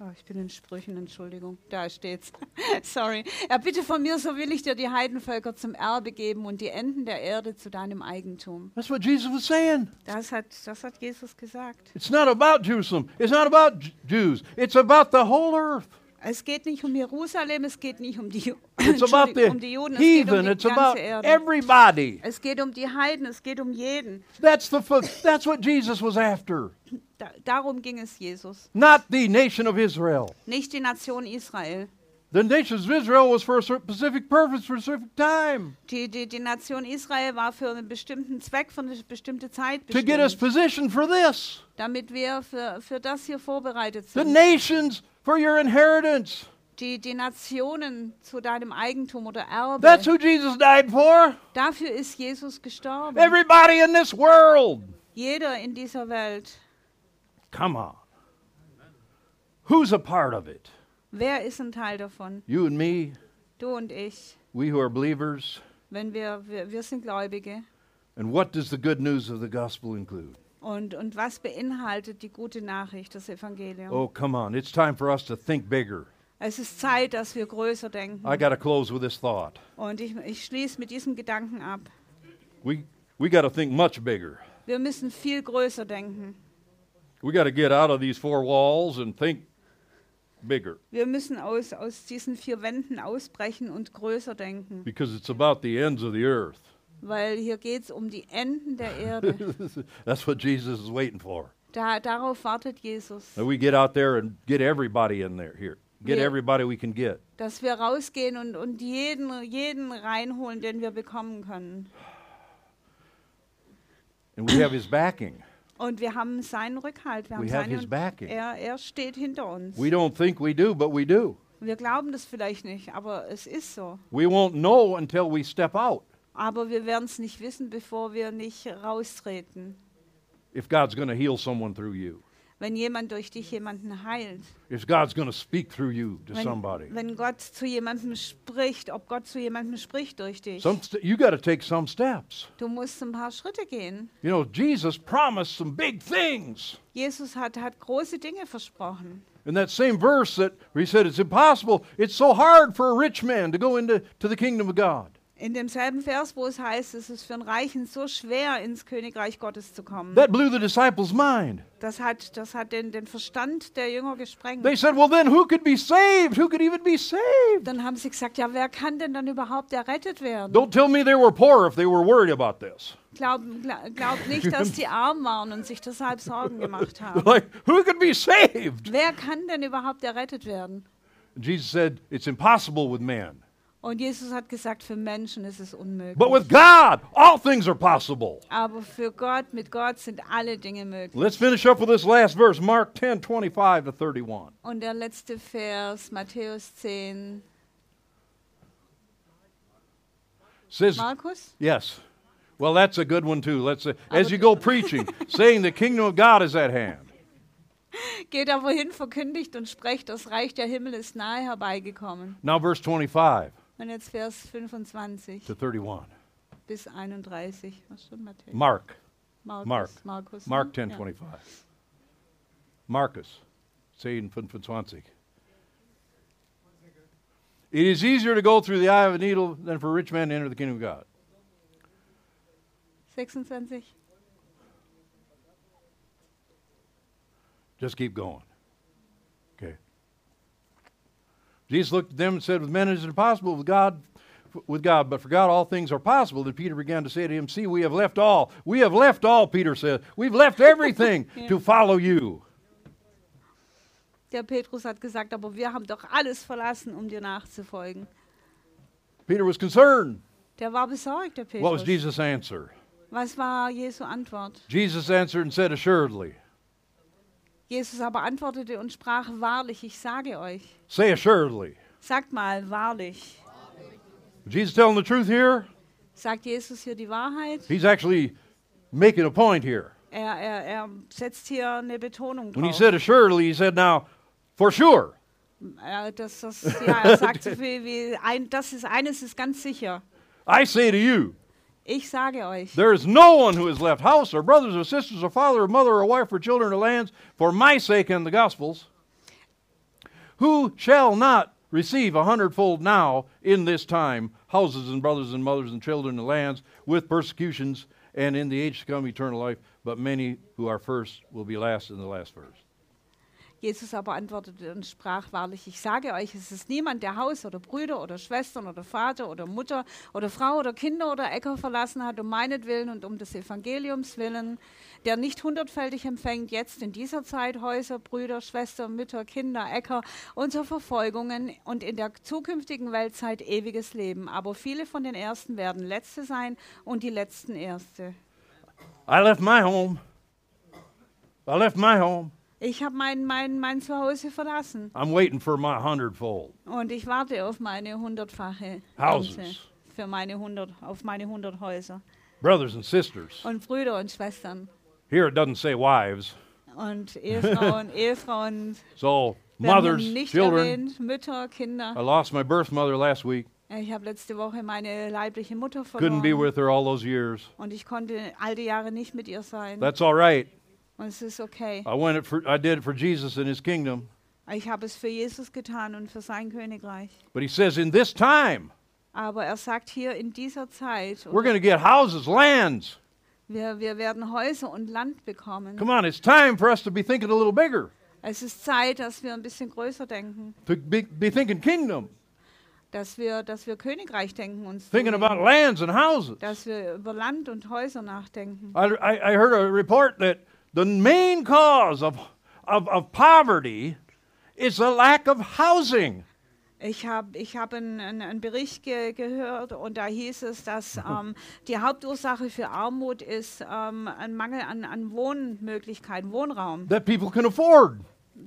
Oh, ich bin in Sprüchen, Entschuldigung. Da steht's. (laughs) Sorry. Er bitte von mir, so will ich dir die Heidenvölker zum Erbe geben und die Enden der Erde zu deinem Eigentum.
That's what Jesus was saying.
Das hat, das hat Jesus gesagt.
It's not about Jerusalem. It's not about J- Jews. It's about the whole earth.
Es geht nicht um Jerusalem, es geht nicht um die, Ju
It's about
Entschuldigung,
the
um die Juden, es
heathen.
geht um die
It's
ganze
about
Erde.
everybody.
es geht um die Heiden, es geht um jeden.
That's the fu- that's what Jesus was after.
Da, darum ging es Jesus,
Not the nation of Israel.
nicht die Nation Israel.
The nation of Israel was for a cer- specific purpose, for a specific time,
Die, die, die Nation Israel war für einen bestimmten Zweck, für eine bestimmte Zeit
to get us
bestimmt,
positioned for this.
damit wir für, für das hier vorbereitet
the
sind.
nations for your inheritance.
Die, die Nationen zu deinem Eigentum oder Erbe.
That's who Jesus died for.
Dafür ist Jesus gestorben.
Everybody in this world.
Jeder in dieser Welt.
Come on. Who's a part of it?
Wer ist ein Teil davon?
You and me,
Du und ich.
we who are believers.
wenn wir, wir, wir sind Gläubige.
And what does the good news of the gospel include?
Und, und was beinhaltet die gute Nachricht, das Evangelium?
Oh, come on. It's time for us to think bigger.
Es ist Zeit, dass wir größer denken.
I got to close with this thought.
Und ich, ich schließe mit diesem Gedanken ab.
We, we got to think much bigger.
Wir müssen viel größer denken.
We got to get out of these four walls and think bigger
Wir müssen aus, aus diesen vier Wänden ausbrechen und größer denken,
because it's about the ends of the earth. (laughs)
weil hier geht es um die Enden der Erde.
That's what Jesus is waiting for.
Da, darauf wartet Jesus,
That we get out there and get everybody in there here. Get
Yeah.
everybody we can get.
dass wir rausgehen und, und jeden, jeden reinholen, den wir bekommen können.
And we have his backing.
Und wir haben seinen Rückhalt, wir haben
We have his
seine
backing.
Er, er steht hinter uns.
We don't think we do, but we do.
Wir glauben das vielleicht nicht, aber es ist so.
We won't know until we step out
Aber wir werden es nicht wissen, bevor wir nicht raustreten.
if God's going to heal someone through you,
Wenn jemand durch dich jemanden heilt,
if God's going to speak through you to
wenn,
somebody.
wenn Gott zu jemandem spricht, ob Gott zu jemandem spricht durch dich.
Some st- you got to take some steps.
Du musst ein paar Schritte gehen.
You know, Jesus promised some big things.
Jesus hat, hat große Dinge versprochen.
In that same verse that where he said it's impossible, it's so hard for a rich man to go into to the kingdom of God.
In demselben Vers, wo es heißt, es ist für einen Reichen so schwer, ins Königreich Gottes zu kommen.
That blew the disciples' mind.
Das hat, das hat den, den Verstand der Jünger gesprengt.
They said, Well, then who could be saved? Who could even be saved?
Dann haben sie gesagt, ja, wer kann denn dann überhaupt errettet werden?
Don't tell me they were poor if they were worried about this. (laughs)
Glaub, gla- glaub nicht, dass die arm waren und sich deshalb Sorgen gemacht haben.
Like, who could be saved?
Wer kann denn überhaupt errettet werden?
Jesus said, It's impossible with man.
Und Jesus hat gesagt, für Menschen ist es
But
unmöglich.
with God, all things are possible.
Aber für Gott, mit Gott sind alle Dinge möglich.
Let's finish up with this last verse, Mark 10, 25 to 31.
Und der letzte Vers, Matthäus 10,
Says,
Markus?
Yes. Well, that's a good one too. Let's say, as you go preaching, saying the kingdom of God is at hand.
Geht aber hin, verkündigt und sprecht, das Reich der Himmel ist nahe herbeigekommen.
Now, verse 25
Und jetzt Vers 25
to 31.
bis 31. Was schon, Matthäus?
Mark,
Markus,
Mark.
Markus, ne?
Mark 10,
Ja.
25. Marcus, saying von von 20. It is easier to go through the eye of a needle than for a rich man to enter the kingdom of God.
26.
Just keep going. Okay. Jesus looked at them and said, With men it is impossible, with God, with God, but for God all things are possible. Then Peter began to say to him, See, we have left all. We have left all, Peter said. We've left everything to follow you.
Der Petrus hat gesagt, aber wir haben doch alles verlassen, um dir nachzufolgen.
Peter was concerned.
Der war besorgt, der
What was
Petrus.
Jesus' answer?
Was war Jesu Antwort?
Jesus answered and said, Assuredly.
Jesus aber antwortete und sprach, wahrlich, ich sage euch.
Say assuredly.
Sagt mal, wahrlich.
Jesus telling the truth here?
Sagt Jesus hier die Wahrheit?
He's actually making a point here.
Er, er, er setzt hier eine Betonung
When he
drauf.
said assuredly, he said, Now, for sure.
Er, das, das, ja, er sagt so viel wie, ein, das ist eines ist ganz sicher.
I say to you,
Ich sage euch,
There is no one who has left house or brothers or sisters or father or mother or wife or children or lands for my sake and the gospel's, who shall not receive a hundredfold now in this time houses and brothers and mothers and children and lands with persecutions and in the age to come eternal life. But many who are first will be last in the last verse.
Jesus aber antwortete und sprach wahrlich, ich sage euch, es ist niemand, der Haus oder Brüder oder Schwestern oder Vater oder Mutter oder Frau oder Kinder oder Äcker verlassen hat, um meinetwillen und um des Evangeliums willen, der nicht hundertfältig empfängt, jetzt in dieser Zeit Häuser, Brüder, Schwestern, Mütter, Kinder, Äcker unter Verfolgungen und in der zukünftigen Weltzeit ewiges Leben. Aber viele von den Ersten werden Letzte sein und die Letzten Erste.
I left my home. I left my home.
Ich habe mein, mein, mein Zuhause verlassen.
I'm waiting for my hundredfold.
Und ich warte auf meine hundertfache
Houses.
Ernte für meine hundert, auf meine hundert Häuser
Brothers and sisters.
und Brüder und Schwestern
Here it doesn't say wives.
und
(laughs)
Ehefrauen, Ehefrauen,
So,
werden hier
mothers,
nicht
children,
erwähnt, Mütter,
I
Kinder.
lost my birth mother last week.
Ich habe letzte Woche meine leibliche Mutter
Couldn't be
verloren
with her all those years.
und ich konnte all die Jahre nicht mit ihr sein.
That's all right.
Und es ist okay.
I went it for, I did it for Jesus and his kingdom.
Ich habe es für Jesus getan und für sein Königreich.
But he says in this time,
Aber er sagt hier in dieser Zeit,
we're going to get houses, lands.
wir, wir werden Häuser und Land bekommen.
Come on, it's time for us to be thinking a little bigger,
Es ist Zeit, dass wir ein bisschen größer denken.
to be, be thinking kingdom,
dass wir, dass wir Königreich denken uns
thinking
zulegen,
about lands and houses.
dass wir über Land und Häuser nachdenken.
I, I, I heard a report that the main cause of, of, of poverty is a lack of housing.
Ich habe ich hab einen, einen, einen Bericht ge gehört und da hieß es, dass
Mhm.
ähm, die Hauptursache für Armut ist ähm, ein Mangel an, an Wohnmöglichkeiten, Wohnraum,
that people can afford.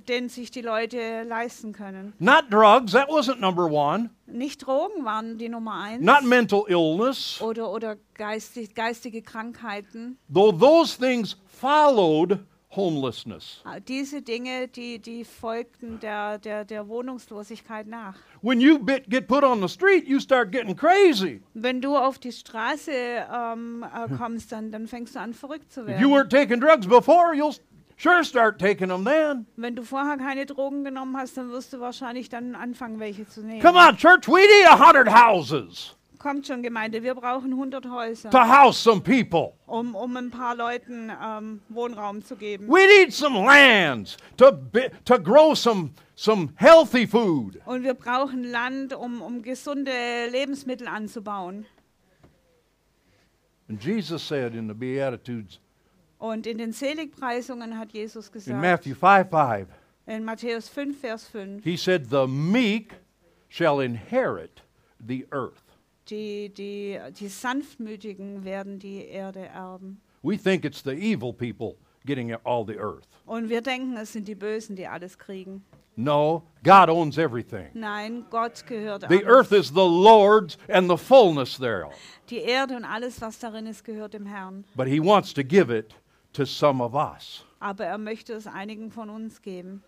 den sich die Leute leisten können.
Not drugs, that wasn't number one.
Nicht Drogen waren die Nummer eins
Not mental illness,
oder, oder geistig, geistige Krankheiten.
though those things followed homelessness.
Äh, Diese Dinge, die, die folgten der, der, der Wohnungslosigkeit nach.
When you bit, get put on the street, you start getting crazy.
Wenn du auf die Straße ähm, äh, kommst, dann, dann fängst du an, verrückt zu
Hm. If you
werden.
weren't taking drugs before, you'll s- sure start taking them then.
Wenn du vorher keine Drogen genommen hast, dann wirst du wahrscheinlich dann anfangen, welche zu nehmen.
Come on, church, we need a hundred houses.
Kommt schon, Gemeinde, wir brauchen 100 Häuser,
to house some people.
um, um ein paar Leuten ähm, Wohnraum zu geben.
We need some lands to, bi- to grow some, some healthy food.
Und wir brauchen Land, um, um gesunde Lebensmittel anzubauen.
And Jesus said in the Beatitudes
Und in den Seligpreisungen hat Jesus
in
gesagt,
Matthew 5 5,
in Matthäus 5, Vers 5,
he said, The meek shall inherit the earth.
die, die, die Sanftmütigen werden die Erde erben.
We think it's the evil people getting all the earth.
Und wir denken, es sind die Bösen, die alles kriegen.
No, God owns everything.
Nein, Gott gehört
The
alles.
earth is the Lord's and the fullness thereof.
Die Erde und alles, was darin ist, gehört dem Herrn.
But he wants to give it to some of us.
Aber er möchte es einigen von uns geben.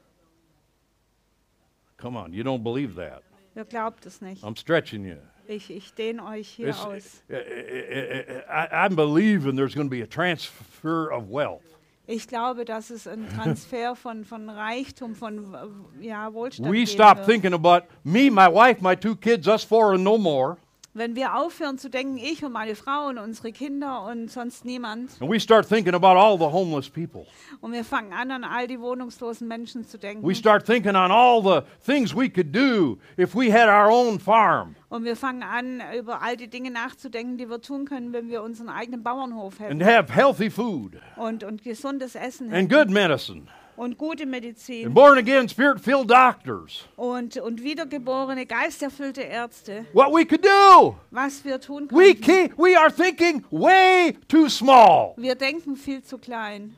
Come on, you don't believe that.
Ihr glaubt es nicht.
I'm stretching you.
Ich, ich dehne euch hier
It's-
aus.
I- I, I- I'm believing there's going to be a transfer of wealth.
Ich glaube, dass es ein Transfer von, von Reichtum, von äh, ja, Wohlstand
We
geben
stop
wird.
thinking about me, my wife, my two kids, us four, and no more.
Wenn wir aufhören zu denken, ich und meine Frau und unsere Kinder und sonst niemand,
And we start thinking about all the homeless people.
und wir fangen an, an all die wohnungslosen Menschen zu denken,
We start thinking on all the things we could do if we had our own farm.
und wir fangen an, über all die Dinge nachzudenken, die wir tun können, wenn wir unseren eigenen Bauernhof
and
hätten
have healthy food
und, und gesundes Essen
and
hätten
good medicine
und gute
and
Medizin
born again spirit filled doctors.
und, und wiedergeborene, geisterfüllte Ärzte,
What we could do.
was wir tun
We,
können.
ke- we are thinking way too small.
Wir denken viel zu klein.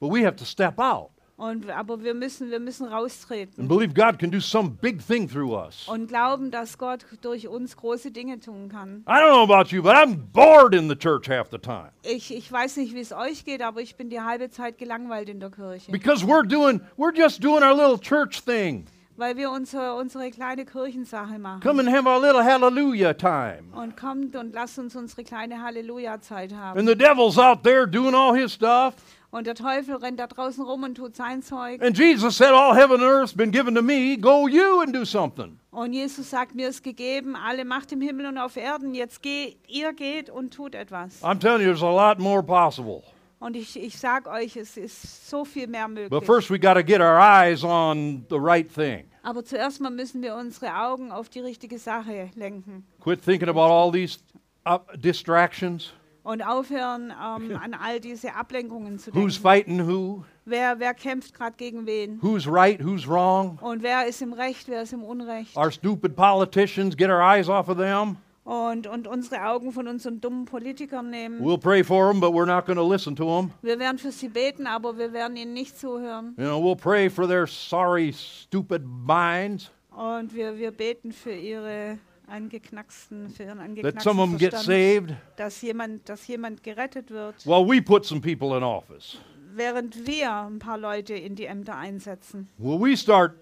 But we have to step out
Und, aber wir müssen, wir müssen
and
raustreten
believe God can do some big thing through us.
und glauben, dass Gott durch uns große Dinge tun kann.
I don't know about you, but I'm bored in the church half the time
Ich, ich weiß nicht, wie es euch geht, aber ich bin die halbe Zeit gelangweilt in der Kirche,
because we're doing we're just doing our little church thing.
weil wir unsere, unsere kleine Kirchensache machen.
Come and have our little hallelujah time.
Und kommt und lasst uns unsere kleine Halleluja-Zeit haben.
And the devil's out there doing all his stuff.
Und der Teufel rennt da draußen rum und tut sein Zeug.
And Jesus said, All heaven and earth's been given to me. Go you and do something.
Und Jesus sagt, mir ist gegeben, alle Macht im Himmel und auf Erden. Jetzt geht, ihr geht und tut etwas.
I'm telling you, there's a lot more possible.
Und ich, ich sag euch, es ist so viel mehr
But
möglich.
first, we got to get our eyes on the right thing.
Aber zuerst mal müssen wir unsere Augen auf die richtige Sache lenken
Quit thinking about all these up distractions
und aufhören, ähm, an all diese Ablenkungen zu
who's
denken.
fighting who,
Wer, wer kämpft gerade gegen wen?
who's right, who's wrong.
Und wer ist im Recht, wer ist im Unrecht?
Our stupid politicians, get our eyes off of them.
Und, und unsere Augen von unseren dummen Politikern nehmen.
We'll pray for them, but we're not going to listen to them.
Wir werden für sie beten, aber wir werden ihnen nicht zuhören.
You know, we'll pray for their sorry, stupid minds.
Und wir, wir beten für ihre angeknacksten, für ihren
Let some of them
angeknacksten
get
Verstand,
saved
dass jemand, dass jemand gerettet wird,
while we put some people in office.
während wir ein paar Leute in die Ämter einsetzen.
Will we start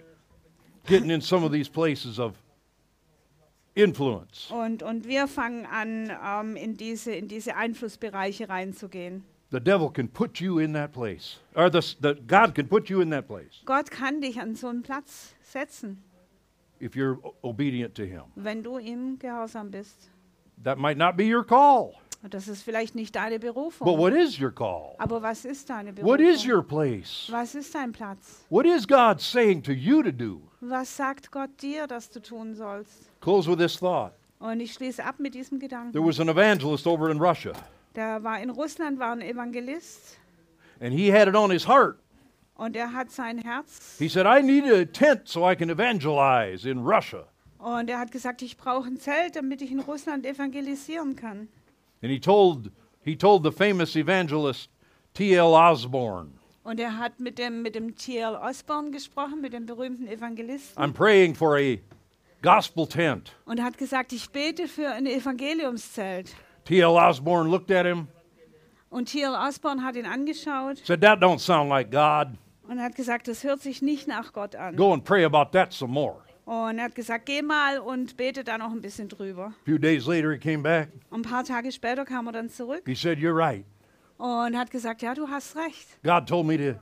getting in some of these places of influence?
Und, und wir fangen an, ähm, in, diese, in diese Einflussbereiche reinzugehen.
The devil can put you in that place, or the, the God can put you in that place
Gott kann dich an so einen Platz setzen,
if you're o- obedient to Him.
wenn du ihm gehorsam bist.
That might not be your call,
Und das ist vielleicht nicht deine
but
Berufung.
what is your call?
Aber was ist deine Berufung?
What is your place?
was ist dein Platz?
What is God saying to you to do?
Was sagt Gott dir, dass du tun sollst?
Close with this thought.
Und ich schließe ab mit diesem
There
Gedanken.
was an evangelist over in Russia,
Da war in Russland war ein Evangelist
and he had it on his heart.
und er hat sein Herz
He said, I need a tent so I can evangelize in Russia.
und er hat gesagt, ich brauche ein Zelt, damit ich in Russland evangelisieren kann.
And he told, he told the famous evangelist T.L. Osborne,
Und er hat mit dem, mit dem T.L. Osborne gesprochen, mit dem berühmten Evangelisten,
I'm praying for a gospel tent.
und hat gesagt, ich bete für ein Evangeliumszelt.
T.L. Osborne looked at him,
Und T.L. Osborne hat ihn angeschaut
said, That don't sound like God.
und hat gesagt, das hört sich nicht nach Gott an.
Go and pray about that some more.
Und er hat gesagt, geh mal und bete da noch ein bisschen drüber.
A few days later, he came back.
Und ein paar Tage später kam er dann zurück
He said, You're right.
und hat gesagt, ja, du hast recht.
God told me to,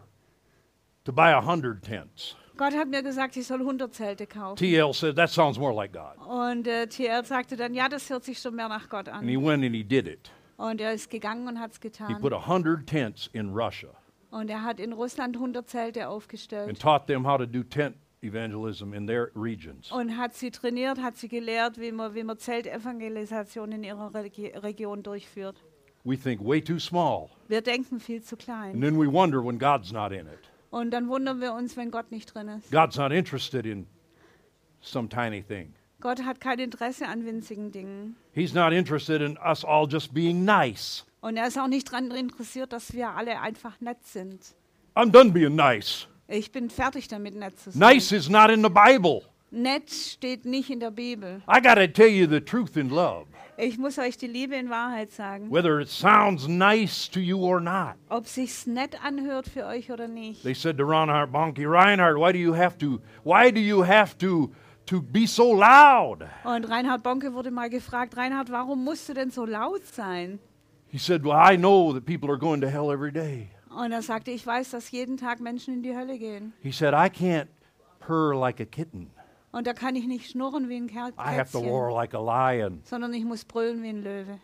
to buy a hundred tents.
Gott hat mir gesagt, ich soll 100 Zelte kaufen.
TL said, That sounds more like God.
Und äh, TL sagte dann, ja, das hört sich schon mehr nach Gott
And
an.
he went and he did it.
Und er ist gegangen und hat es
He
getan.
put a 100 tents in Russia
Und er hat in Russland 100 Zelte
and
aufgestellt
taught them how to do tent evangelism in their regions.
und hat sie trainiert, hat sie gelehrt, wie man, wie man Zeltevangelisation in ihrer Regi Region durchführt.
We think way too small.
Wir denken viel zu
And
klein.
then we wonder when God's not in it.
Und dann wundern wir uns, wenn Gott nicht drin ist.
God's not interested in some tiny thing.
Gott hat kein Interesse an winzigen Dingen.
He's not interested in us all just being nice.
Und er ist auch nicht daran interessiert, dass wir alle einfach nett sind.
I'm done being nice.
Ich bin fertig damit, nett zu sein.
Nice is not in the Bible.
Nett steht nicht in der Bibel.
I got to tell you the truth in love,
Ich muss euch die Liebe in Wahrheit sagen.
whether it sounds nice to you or not.
Ob sich's nett anhört für euch oder nicht.
They said to Reinhard Bonnke, Reinhard, why do you have to, why do you have to, to be so loud?
Und Reinhard Bonke wurde mal gefragt, Reinhard, warum musst du denn so laut sein?
He said, well, I know that people are going to hell every day.
Und er sagte, ich weiß, dass jeden Tag Menschen in die Hölle gehen.
He said, I can't purr like a kitten.
Und da kann ich nicht schnurren wie ein Kerl,
I have to roar like a lion.
sondern ich muss brüllen wie ein Löwe.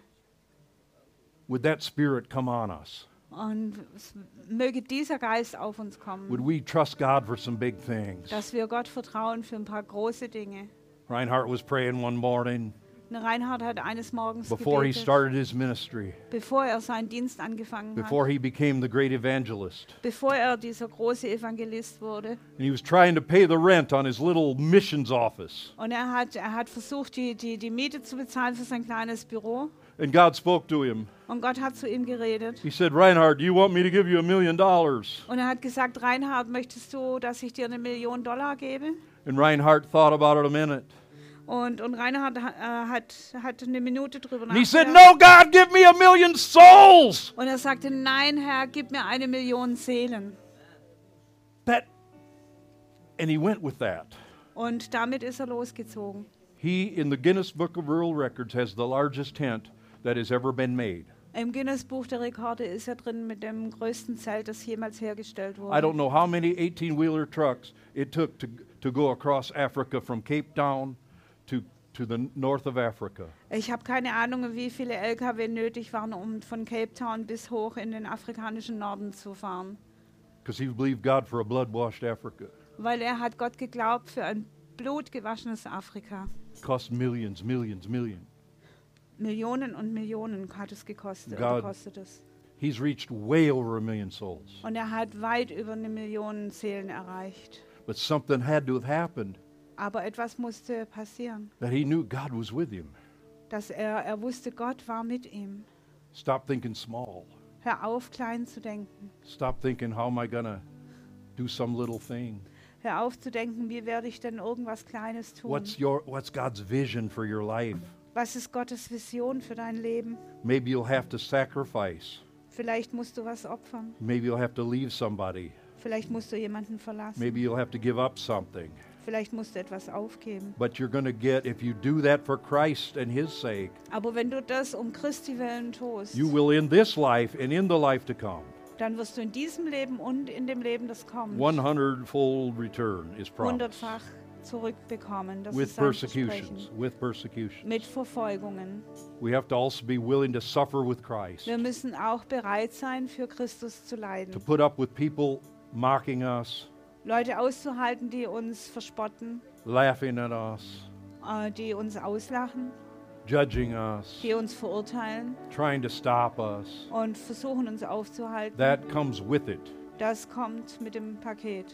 Would that spirit come on us?
Und es möge dieser Geist auf uns kommen,
Would we trust God for some big things?
dass wir Gott vertrauen für ein paar große Dinge.
Reinhardt was praying one morning
Und Reinhard hat eines Morgens
before he
gebetet,
started his ministry,
bevor er seinen Dienst angefangen
before
hat,
he became the great evangelist.
bevor er dieser große Evangelist wurde.
And he was trying to pay the rent on his little missions office.
Und er hat, er hat versucht, die, die, die Miete zu bezahlen für sein kleines Büro.
And God spoke to him.
Und Gott hat zu ihm geredet.
He said, Reinhardt, do you want me to give you a million dollars?
Und er hat gesagt, Reinhard, möchtest du, dass ich dir eine Million Dollar gebe?
And Reinhardt thought about it a minute.
Und, und Reinhard ha- äh, hat, hat eine Minute drüber
And he
nachgedacht.
said, No, God, give me a million souls.
Und er sagte, nein, Herr, gib mir eine Million Seelen.
That and he went with that.
Und damit ist er losgezogen.
He, in the Guinness Book of World Records, has the largest tent that has ever been made.
Im Guinness Buch der Rekorde ist er drin mit dem größten Zelt, das jemals hergestellt wurde.
I don't know how many 18 wheeler trucks it took to, to go across Africa from Cape Town to, to the north of Africa.
Ich habe keine Ahnung, wie viele LKW nötig waren, um von Cape Town bis hoch in den afrikanischen Norden zu fahren.
Because he believed God for a blood washed Africa.
Weil er hat Gott geglaubt für ein blutgewaschenes Afrika.
Cost millions, millions, millions.
Millionen und Millionen hat es gekostet.
God.
Oder kostet es.
He's reached way over a million souls.
Und er hat weit über eine Million Seelen erreicht.
But something had to have happened
Aber etwas musste passieren,
that he knew God was with him.
dass er, er wusste, Gott war mit ihm.
Stop thinking small.
Hör auf, klein zu denken.
Stop thinking, how am I going to do some little thing?
Hör auf zu denken, wie werde ich denn irgendwas Kleines tun?
What's, your, what's God's vision for your life?
Was ist Gottes Vision für dein Leben?
Maybe you'll have to sacrifice.
Vielleicht musst du was opfern.
Maybe you'll have to leave somebody.
Vielleicht musst du jemanden verlassen.
Maybe you'll have to give up something.
Vielleicht musst du etwas aufgeben.
But you're going to get, if you do that for Christ and His sake,
Aber wenn du das um Christi willen tust,
you will in this life and in the life to come.
dann wirst du in diesem Leben und in dem Leben, das kommt,
100 fold return is promised.
hundertfach zurückbekommen. Das
With
ist sein Versprechen.
persecutions. With persecutions.
Mit Verfolgungen.
We have to also be willing to suffer with Christ,
Wir müssen auch bereit sein, für Christus zu
to
leiden.
put up with people mocking us,
Leute auszuhalten, die uns verspotten,
laughing at us,
äh, die uns auslachen,
judging us,
die uns verurteilen
trying to stop us.
und versuchen, uns aufzuhalten.
That comes with it.
Das kommt mit dem Paket.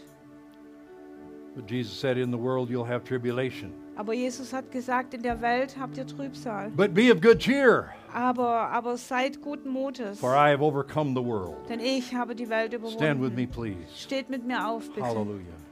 But Jesus said, In the world you'll have tribulation.
Aber Jesus hat gesagt, in der Welt habt ihr Trübsal.
But be of good cheer,
Aber, aber seid guten Mutes,
for I have overcome the world.
denn ich habe die Welt
Stand with
überwunden.
me, please.
Steht mit mir auf, bitte.
Hallelujah.